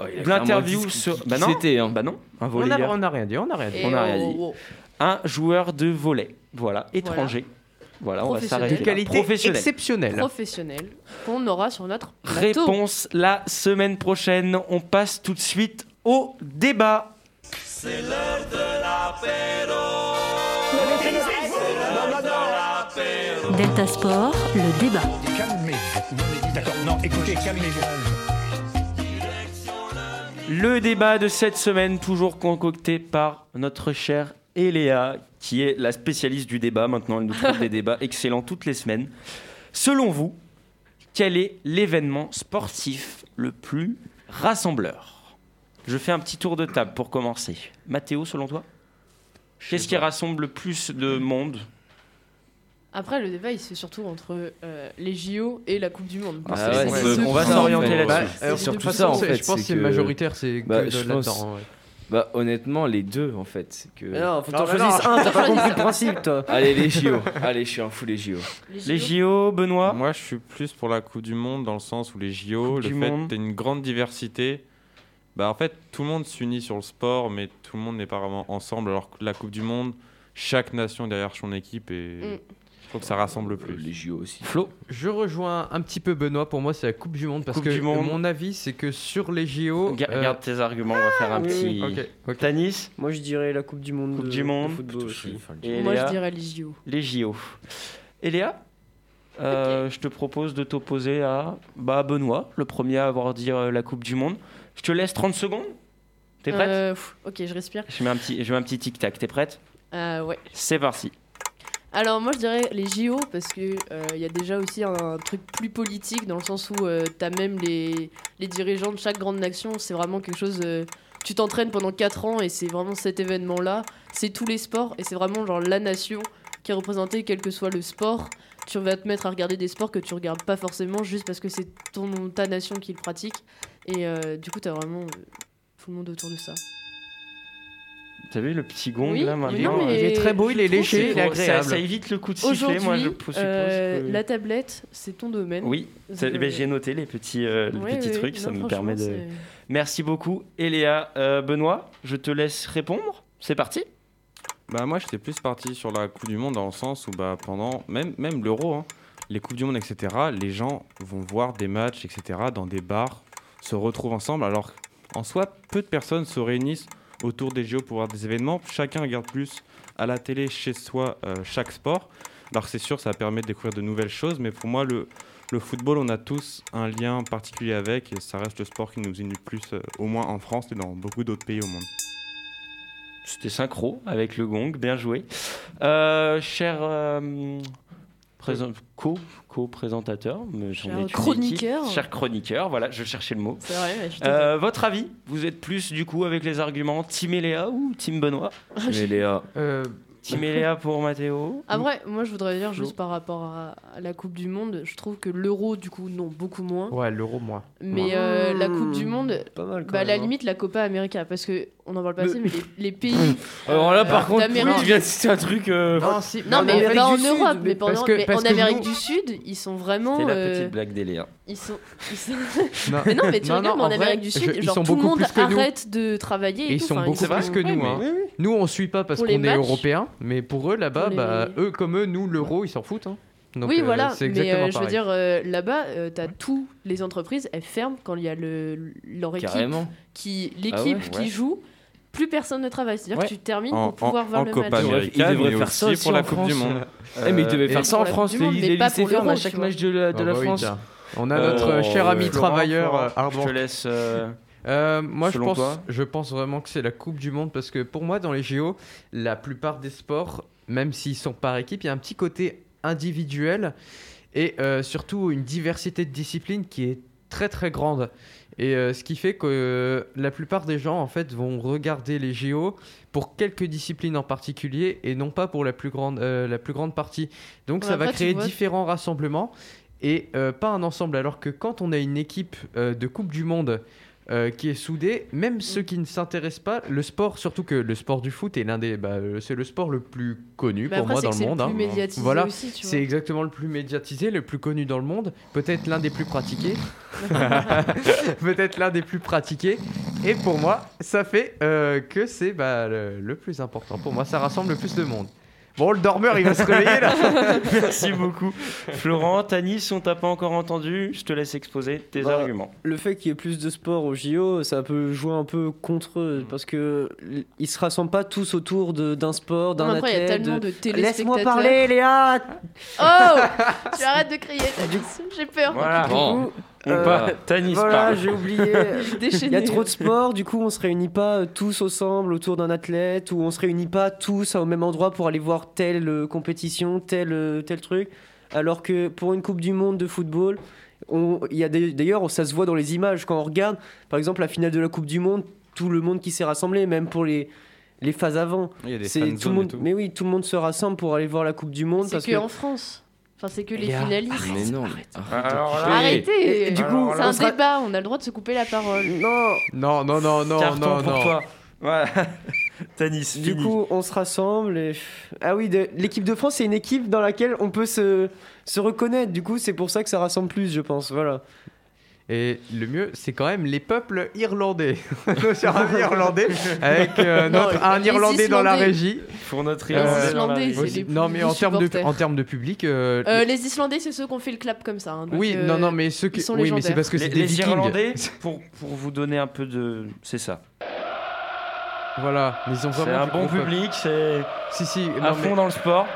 S8: a clairement
S3: L'interview
S8: dit ce
S3: sur.
S8: qui-
S3: Bah
S8: qui
S3: non.
S8: c'était, hein.
S3: Bah non. Un
S8: On a-
S3: volleyeur.
S8: on a rien dit, on a rien dit.
S3: On a rien
S8: Et
S3: dit.
S8: oh,
S3: Un joueur de volet. Voilà, étranger. Voilà, on va
S9: Professionnel.
S3: s'arrêter.
S9: De
S3: là.
S9: qualité
S3: Professionnel.
S9: Professionnel. Qu'on aura sur notre plateau.
S3: Réponse la semaine prochaine. On passe tout de suite au débat.
S13: C'est l'heure de
S2: Delta Sport, le débat.
S5: Calmez-vous. Non, mais D'accord, non, écoutez, calmez-vous.
S3: Le débat de cette semaine, toujours concocté par notre chère Eléa, qui est la spécialiste du débat. Maintenant, elle nous trouve des débats excellents toutes les semaines. Selon vous, quel est l'événement sportif le plus rassembleur Je fais un petit tour de table pour commencer. Mathéo, selon toi Qu'est-ce qui rassemble le plus de monde
S9: Après, le débat, il se fait surtout entre euh, les JO et la Coupe du Monde.
S7: Ah
S9: C'est-
S7: ouais,
S9: c'est-
S7: c'est-
S8: Euh,
S3: Euh,
S9: c'est-
S7: on va
S9: c'est-
S7: s'orienter
S9: c'est-
S7: là-dessus.
S9: c'est-
S7: Et
S9: c'est-
S7: surtout
S9: c'est-
S7: ça, en
S9: c'est-
S7: fait.
S8: je pense que c'est majoritaire, c'est que de
S7: je
S8: là-dedans,
S7: pense-
S8: ouais.
S7: Bah, honnêtement, les deux, en fait. c'est Que...
S10: Mais non, faut que t'en choisisses un, t'as pas compris le principe, toi.
S7: Allez, les JO. Allez, je suis un fou, les JO.
S8: Bah,
S3: Les JO, Benoît
S11: Moi, je suis plus pour la Coupe du Monde dans le sens où les JO,
S3: Coupe
S11: le
S3: du
S11: fait
S3: Monde.
S11: que t'aies une grande diversité. Bah, en fait, tout le monde s'unit sur le sport, mais tout le monde n'est pas vraiment ensemble. Alors que la Coupe du Monde, chaque nation est derrière son équipe et
S9: Mm.
S11: je trouve que ça rassemble
S6: Oh.
S11: plus.
S7: Les JO aussi.
S3: Flo
S8: Je rejoins un petit peu Benoît. Pour moi, c'est la Coupe du Monde parce
S3: Coupe
S8: que
S3: du Monde.
S8: mon avis, c'est que sur les JO,
S3: Ga-
S8: euh,
S3: Regarde tes arguments, on va faire un
S8: oui,
S3: petit.
S8: oui.
S3: Tanis
S10: Moi, je dirais la Coupe du Monde.
S3: Coupe
S10: de-
S3: du
S10: de
S3: Monde.
S10: football aussi.
S3: Et
S9: Moi, je
S3: Léa
S9: dirais les JO.
S3: Les JO. Et Léa, euh, je te propose de t'opposer à bah, Benoît, le premier à avoir dit euh, la Coupe du Monde. Je te laisse 30 secondes. T'es prête
S9: Euh, pff, Ok, je respire.
S3: je, mets un petit, je mets un petit tic-tac. T'es prête
S9: Euh, ouais.
S3: C'est parti.
S9: Alors moi je dirais les JO parce que euh, il y a déjà aussi un, truc plus politique dans le sens où tu t'as même les, les dirigeants de chaque grande nation, c'est vraiment quelque chose. euh, tu t'entraînes pendant 4 ans et c'est vraiment cet événement là, c'est tous les sports et c'est vraiment genre la nation qui est représentée quel que soit le sport. Tu vas te mettre à regarder des sports que tu regardes pas forcément juste parce que c'est ton ta nation qui le pratique et euh, du coup t'as vraiment euh, tout le monde autour de ça.
S3: T'as vu le petit gong
S9: Oui,
S3: là
S9: mais
S3: maintenant
S9: non, mais
S8: Il est très beau, euh, il
S9: je
S8: est
S9: trouve
S8: léché,
S9: que
S8: il est
S3: ça-
S8: agréable.
S3: Ça, évite le coup de sifflet, moi je
S9: Aujourd'hui,
S3: suppose
S9: euh,
S3: que-
S9: la tablette, c'est ton domaine. Euh,
S3: Oui, c'est-
S9: Je-
S3: ben, j'ai noté les petits, euh, les
S9: Ouais,
S3: petits
S9: ouais,
S3: trucs,
S9: non,
S3: ça me
S9: franchement,
S3: permet de...
S9: c'est-
S3: Merci beaucoup. Et Léa, euh, Benoît, je te laisse répondre. C'est parti.
S11: Bah moi j'étais plus parti sur la Coupe du Monde dans le sens où bah pendant même même l'Euro, hein, les coupes du monde etc. Les gens vont voir des matchs etc. Dans des bars, se retrouvent ensemble. Alors en soi peu de personnes se réunissent autour des JO pour voir des événements. Chacun regarde plus à la télé chez soi euh, chaque sport. Alors c'est sûr ça permet de découvrir de nouvelles choses, mais pour moi le le football, on a tous un lien particulier avec et ça reste le sport qui nous unit le plus, euh, au moins en France et dans beaucoup d'autres pays au monde.
S3: C'était synchro avec le gong, bien joué. Euh, cher euh, présent- co- co-présentateur, mais j'en
S9: Cher
S3: ai tué qui.
S9: chroniqueur.
S3: cher chroniqueur, voilà, je cherchais le mot.
S9: C'est vrai, mais je suis
S3: Euh, votre avis Vous êtes plus du coup avec les arguments Team Eléa ou Team Benoît
S7: Mais Léa.
S8: Euh,
S3: Team Eléa pour Mathéo.
S9: Après, Ah, moi, je voudrais dire juste par rapport à, à la Coupe du Monde, je trouve que l'euro, du coup, non, beaucoup moins.
S8: Ouais, l'euro, moi.
S9: Mais euh, la Coupe du Monde,
S10: Pas mal, quand
S9: bah, à la
S10: même, hein.
S9: limite, la Copa América, parce que on en parle pas assez, mais les, les pays.
S7: Alors là, par
S9: euh,
S7: contre,
S9: d'Amérique-
S7: tu viens de citer un truc. euh,
S9: Non,
S7: si-
S9: non,
S7: en
S9: mais
S7: Amérique
S9: pas en
S7: du Sud,
S9: Europe, mais,
S7: mais
S9: pendant-
S7: parce que-
S9: mais
S7: parce
S9: en
S7: que
S9: Amérique
S7: nous-
S9: du Sud, ils sont vraiment.
S7: C'était la
S9: euh,
S7: petite blague d'Eléa.
S9: Ils sont. Ils sont...
S8: Non.
S9: mais non, mais tu
S8: Non,
S9: regardes,
S8: non,
S9: mais en
S8: en vrai,
S9: Amérique du
S8: je-
S9: Sud,
S8: ils
S9: genre
S8: sont
S9: tout le
S8: beaucoup
S9: monde
S8: plus que nous.
S9: arrête de travailler. Et,
S8: Et ils
S9: tout.
S8: sont
S9: Enfin,
S8: beaucoup plus que nous. hein. Nous, on suit pas parce
S9: Pour les
S8: qu'on est
S9: matchs,
S8: européens, mais pour eux, là-bas,
S9: pour les-
S8: bah, eux comme eux, nous, l'euro, ils s'en foutent. hein. Donc,
S9: oui,
S8: euh,
S9: voilà.
S8: c'est
S9: Mais
S8: exactement
S9: euh, je veux
S8: pareil.
S9: dire, euh, là-bas, euh, t'as toutes les entreprises, elles ferment quand il y a le, leur équipe
S11: Carrément.
S9: qui,
S11: Ah
S9: l'équipe
S11: ouais.
S9: qui
S11: Ouais.
S9: joue. Plus personne ne travaille. C'est-à-dire que tu termines
S11: En-
S9: pour pouvoir
S11: en-
S9: voir
S11: en
S9: le
S11: Copa
S3: Bah,
S9: match.
S11: América.
S7: Il devrait
S11: mais
S7: faire
S11: aussi
S7: ça aussi
S11: pour la
S7: en
S11: Coupe
S7: France.
S11: du Monde.
S7: Eh, mais il devait
S11: Euh,
S7: faire
S11: et-
S7: ça en
S11: pour la
S7: France.
S11: Coupe du
S7: Les,
S11: Monde,
S7: les
S11: mais pas
S7: lycées
S11: pour
S7: ferment à
S11: l'Euro,
S7: chaque
S11: tu
S7: match de la, de
S8: Ah
S7: la
S8: bah oui,
S7: France.
S8: tiens. On a notre euh, cher ami
S3: Florent,
S8: travailleur
S3: Florent,
S8: euh, ardent.
S3: Je te laisse. euh,
S8: Euh, moi, je
S3: selon
S8: pense,
S3: toi
S8: je pense vraiment que c'est la Coupe du Monde parce que pour moi, dans les JO, la plupart des sports, même s'ils sont par équipe, il y a un petit côté individuel et euh, surtout une diversité de disciplines qui est très très grande. Et euh, ce qui fait que euh, la plupart des gens en fait vont regarder les JO pour quelques disciplines en particulier et non pas pour la plus grande, euh, la plus grande partie. Donc
S9: Ouais,
S8: ça va
S9: après, tu
S8: créer
S9: vois-
S8: différents rassemblements et euh, pas un ensemble. Alors que quand on a une équipe euh, de Coupe du Monde euh, qui est soudée, même ceux qui ne s'intéressent pas, le sport, surtout que le sport du foot est l'un des, bah, euh, c'est le sport le plus connu
S9: Mais
S8: pour
S9: Bah, après,
S8: moi
S9: c'est
S8: dans
S9: que
S8: le
S9: c'est le
S8: monde.
S9: plus
S8: hein.
S9: médiatisé
S8: Voilà,
S9: aussi, tu vois.
S8: c'est exactement le plus médiatisé, le plus connu dans le monde, peut-être l'un des plus pratiqués, peut-être l'un des plus pratiqués. Et pour moi, ça fait euh, que c'est bah, le, le plus important. Pour moi, ça rassemble le plus de monde. Bon, le dormeur, il va se réveiller là.
S3: Merci beaucoup. Florent, Tanis, on t'a pas encore entendu. Je te laisse exposer tes
S10: Bah,
S3: arguments.
S10: Le fait qu'il y ait plus de sport au JO, ça peut jouer un peu contre eux parce que l- ils se rassemblent pas tous autour de- d'un sport, d'un
S9: Non, mais après, il y a
S10: athlète.
S9: tellement de téléspectateurs.
S10: Laisse-moi parler, Léa.
S9: Oh Tu arrêtes de crier, Tanis, j'ai peur.
S3: Voilà.
S10: Ah Bon.
S3: Du coup, on part. Tanis
S10: voilà,
S3: parle.
S10: j'ai oublié.
S9: Il est
S10: Il
S9: déchaîné.
S10: y a trop de sports, du coup, on se réunit pas euh, tous ensemble autour d'un athlète ou on se réunit pas tous au même endroit pour aller voir telle euh, compétition, tel euh, tel truc. Alors que pour une Coupe du Monde de football, on- il y a des- d'ailleurs ça se voit dans les images quand on regarde, par exemple la finale de la Coupe du Monde, tout le monde qui s'est rassemblé, même pour les les phases avant.
S7: Il y a des
S10: C'est
S7: fan
S10: tout
S7: zones
S10: le
S7: et
S10: monde,
S7: tout.
S10: mais oui, tout le monde se rassemble pour aller voir la Coupe du Monde
S9: C'est
S10: parce
S9: que,
S10: que
S9: en France. Enfin, c'est que les
S7: Léa,
S9: finalistes.
S7: Mais non, mais arrête.
S9: Arrêtez
S10: Et- et du coup,
S9: c'est
S10: on
S9: un
S10: sera- Euh,
S9: débat, on a le droit de se couper la parole.
S10: Non
S8: Non, non, non, Oh non,
S3: Carton
S8: non,
S3: pour
S8: non.
S3: toi. Voilà. Tanis,
S10: Du
S3: fini.
S10: coup, on se rassemble. Et... Ah oui, de- l'équipe de France, c'est une équipe dans laquelle on peut se, se reconnaître. Du coup, c'est pour ça que ça rassemble plus, je pense. Voilà.
S8: Et le mieux, c'est quand même les peuples irlandais. Nos chers amis irlandais, avec euh, notre,
S9: Non,
S8: un
S9: les
S8: Irlandais dans la
S9: Islandais.
S8: régie.
S3: Pour notre
S9: Les Irlandais dans la Islandais, régie. c'est les plus
S8: Non, mais en termes de,
S9: supporters.
S8: en termes de public. euh,
S9: Euh, les Islandais, c'est ceux qui ont fait le clap comme ça. hein, donc,
S8: Oui,
S9: euh,
S8: non, non, mais ceux qui.
S9: ils sont
S8: Oui, mais c'est
S9: légendaires.
S8: parce que
S3: les,
S8: c'est des
S3: les
S8: Vikings.
S3: Irlandais, pour, pour vous donner un peu de. C'est ça.
S8: Voilà, mais ils ont
S3: C'est
S8: vraiment.
S3: un
S8: du
S3: bon
S8: gros peuple.
S3: public, c'est.
S8: Si, si.
S3: à
S8: non, mais-
S3: fond dans le sport.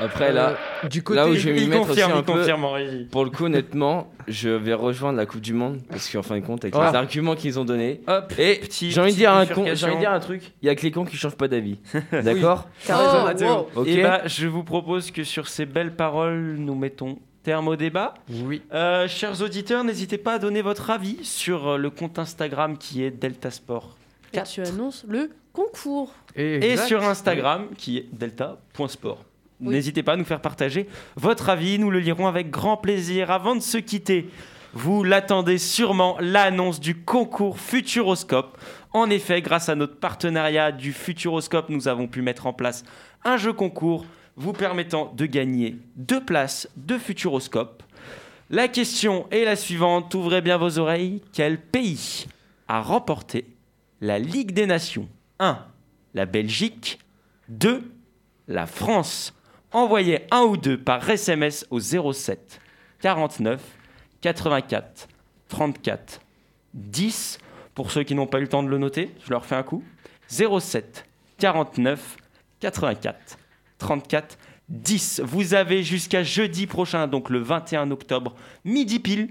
S7: Après, là,
S8: Euh, du côté-
S7: là où je vais
S8: il
S7: m'y mettre
S8: confirme,
S7: aussi un
S8: il
S7: peu,
S8: confirme
S3: en régie.
S7: pour le coup, honnêtement, je vais rejoindre la Coupe du Monde parce qu'en fin de compte, avec
S3: Ah.
S7: les arguments qu'ils ont donnés,
S3: Hop,
S7: et
S3: petit-
S7: j'ai envie de dire un
S3: petite
S7: con, j'ai
S3: bifurcation.
S7: envie de dire un truc, il y a que les cons qui changent pas d'avis, d'accord
S10: T'as
S9: Oh,
S10: raison, Mathéo.
S7: wow.
S3: Et
S7: Ok.
S3: bah, je vous propose que sur ces belles paroles, nous mettons terme au débat.
S8: Oui.
S3: Euh, chers auditeurs, n'hésitez pas à donner votre avis sur euh, le compte Instagram qui est Delta Sport.
S9: Et tu annonces le concours.
S3: Et sur Instagram qui est delta.sport.
S9: Oui.
S3: N'hésitez pas à nous faire partager votre avis, nous le lirons avec grand plaisir. Avant de se quitter, vous l'attendez sûrement, l'annonce du concours Futuroscope. En effet, grâce à notre partenariat du Futuroscope, nous avons pu mettre en place un jeu concours vous permettant de gagner deux places de Futuroscope. La question est la suivante, ouvrez bien vos oreilles. Quel pays a remporté la Ligue des Nations 1. La Belgique 2. La France. Envoyez un ou deux par SMS au 07 49 84 34 10. Pour ceux qui n'ont pas eu le temps de le noter, je leur fais un coup. 07 49 84 34 10. Vous avez jusqu'à jeudi prochain, donc le 21 octobre, midi pile,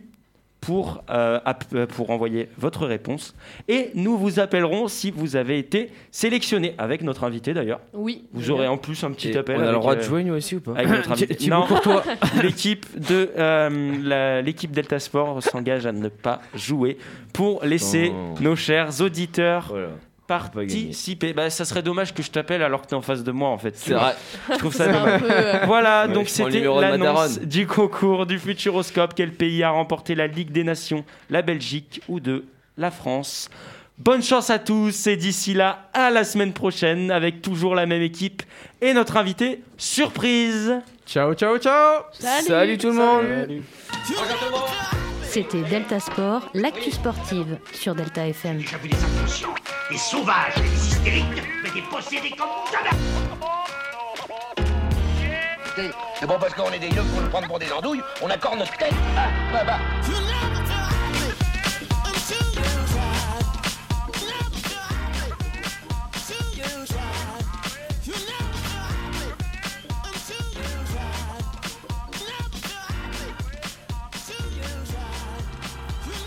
S3: pour, euh, app- euh, pour envoyer votre réponse. Et nous vous appellerons si vous avez été sélectionné, avec notre invité d'ailleurs.
S9: Oui.
S3: Vous aurez en plus un petit
S7: Et
S3: appel.
S7: on a le
S3: avec,
S7: droit de
S3: euh,
S7: jouer, nous aussi, ou pas
S3: Avec notre invité.
S7: Thi- Thibaut
S3: non,
S7: Courtois.
S3: l'équipe de euh, la- l'équipe Delta Sport s'engage à ne pas jouer pour laisser
S7: Oh.
S3: nos chers auditeurs.
S7: pas gagner.
S3: Participer, bah, ça serait dommage que je t'appelle alors que t'es en face de moi en fait.
S7: C'est vrai.
S3: Je trouve ça
S7: C'est un
S3: dommage.
S7: peu, euh,
S3: Voilà,
S7: Ouais,
S3: donc
S7: je prends le
S3: c'était
S7: numéro de ma
S3: l'annonce
S7: daronne.
S3: du concours du Futuroscope. Quel pays a remporté la Ligue des Nations La Belgique ou de la France Bonne chance à tous et d'ici là, à la semaine prochaine avec toujours la même équipe et notre invité surprise.
S8: Ciao, ciao, ciao
S2: Salut.
S8: Salut tout le monde
S2: Salut. C'était Delta Sport, l'actu sportive sur Delta FM.
S5: Des sauvages, des hystériques, mais des possédés comme jamais
S6: Écoutez, C'est bon parce qu'on est des yeux pour nous prendre pour des andouilles, on accorde notre tête. Ah, bah, bah.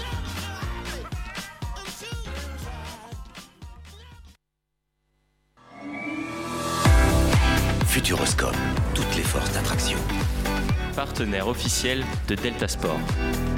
S14: Futuroscope, toutes les forces d'attraction.
S3: Partenaire officiel de Delta Sport.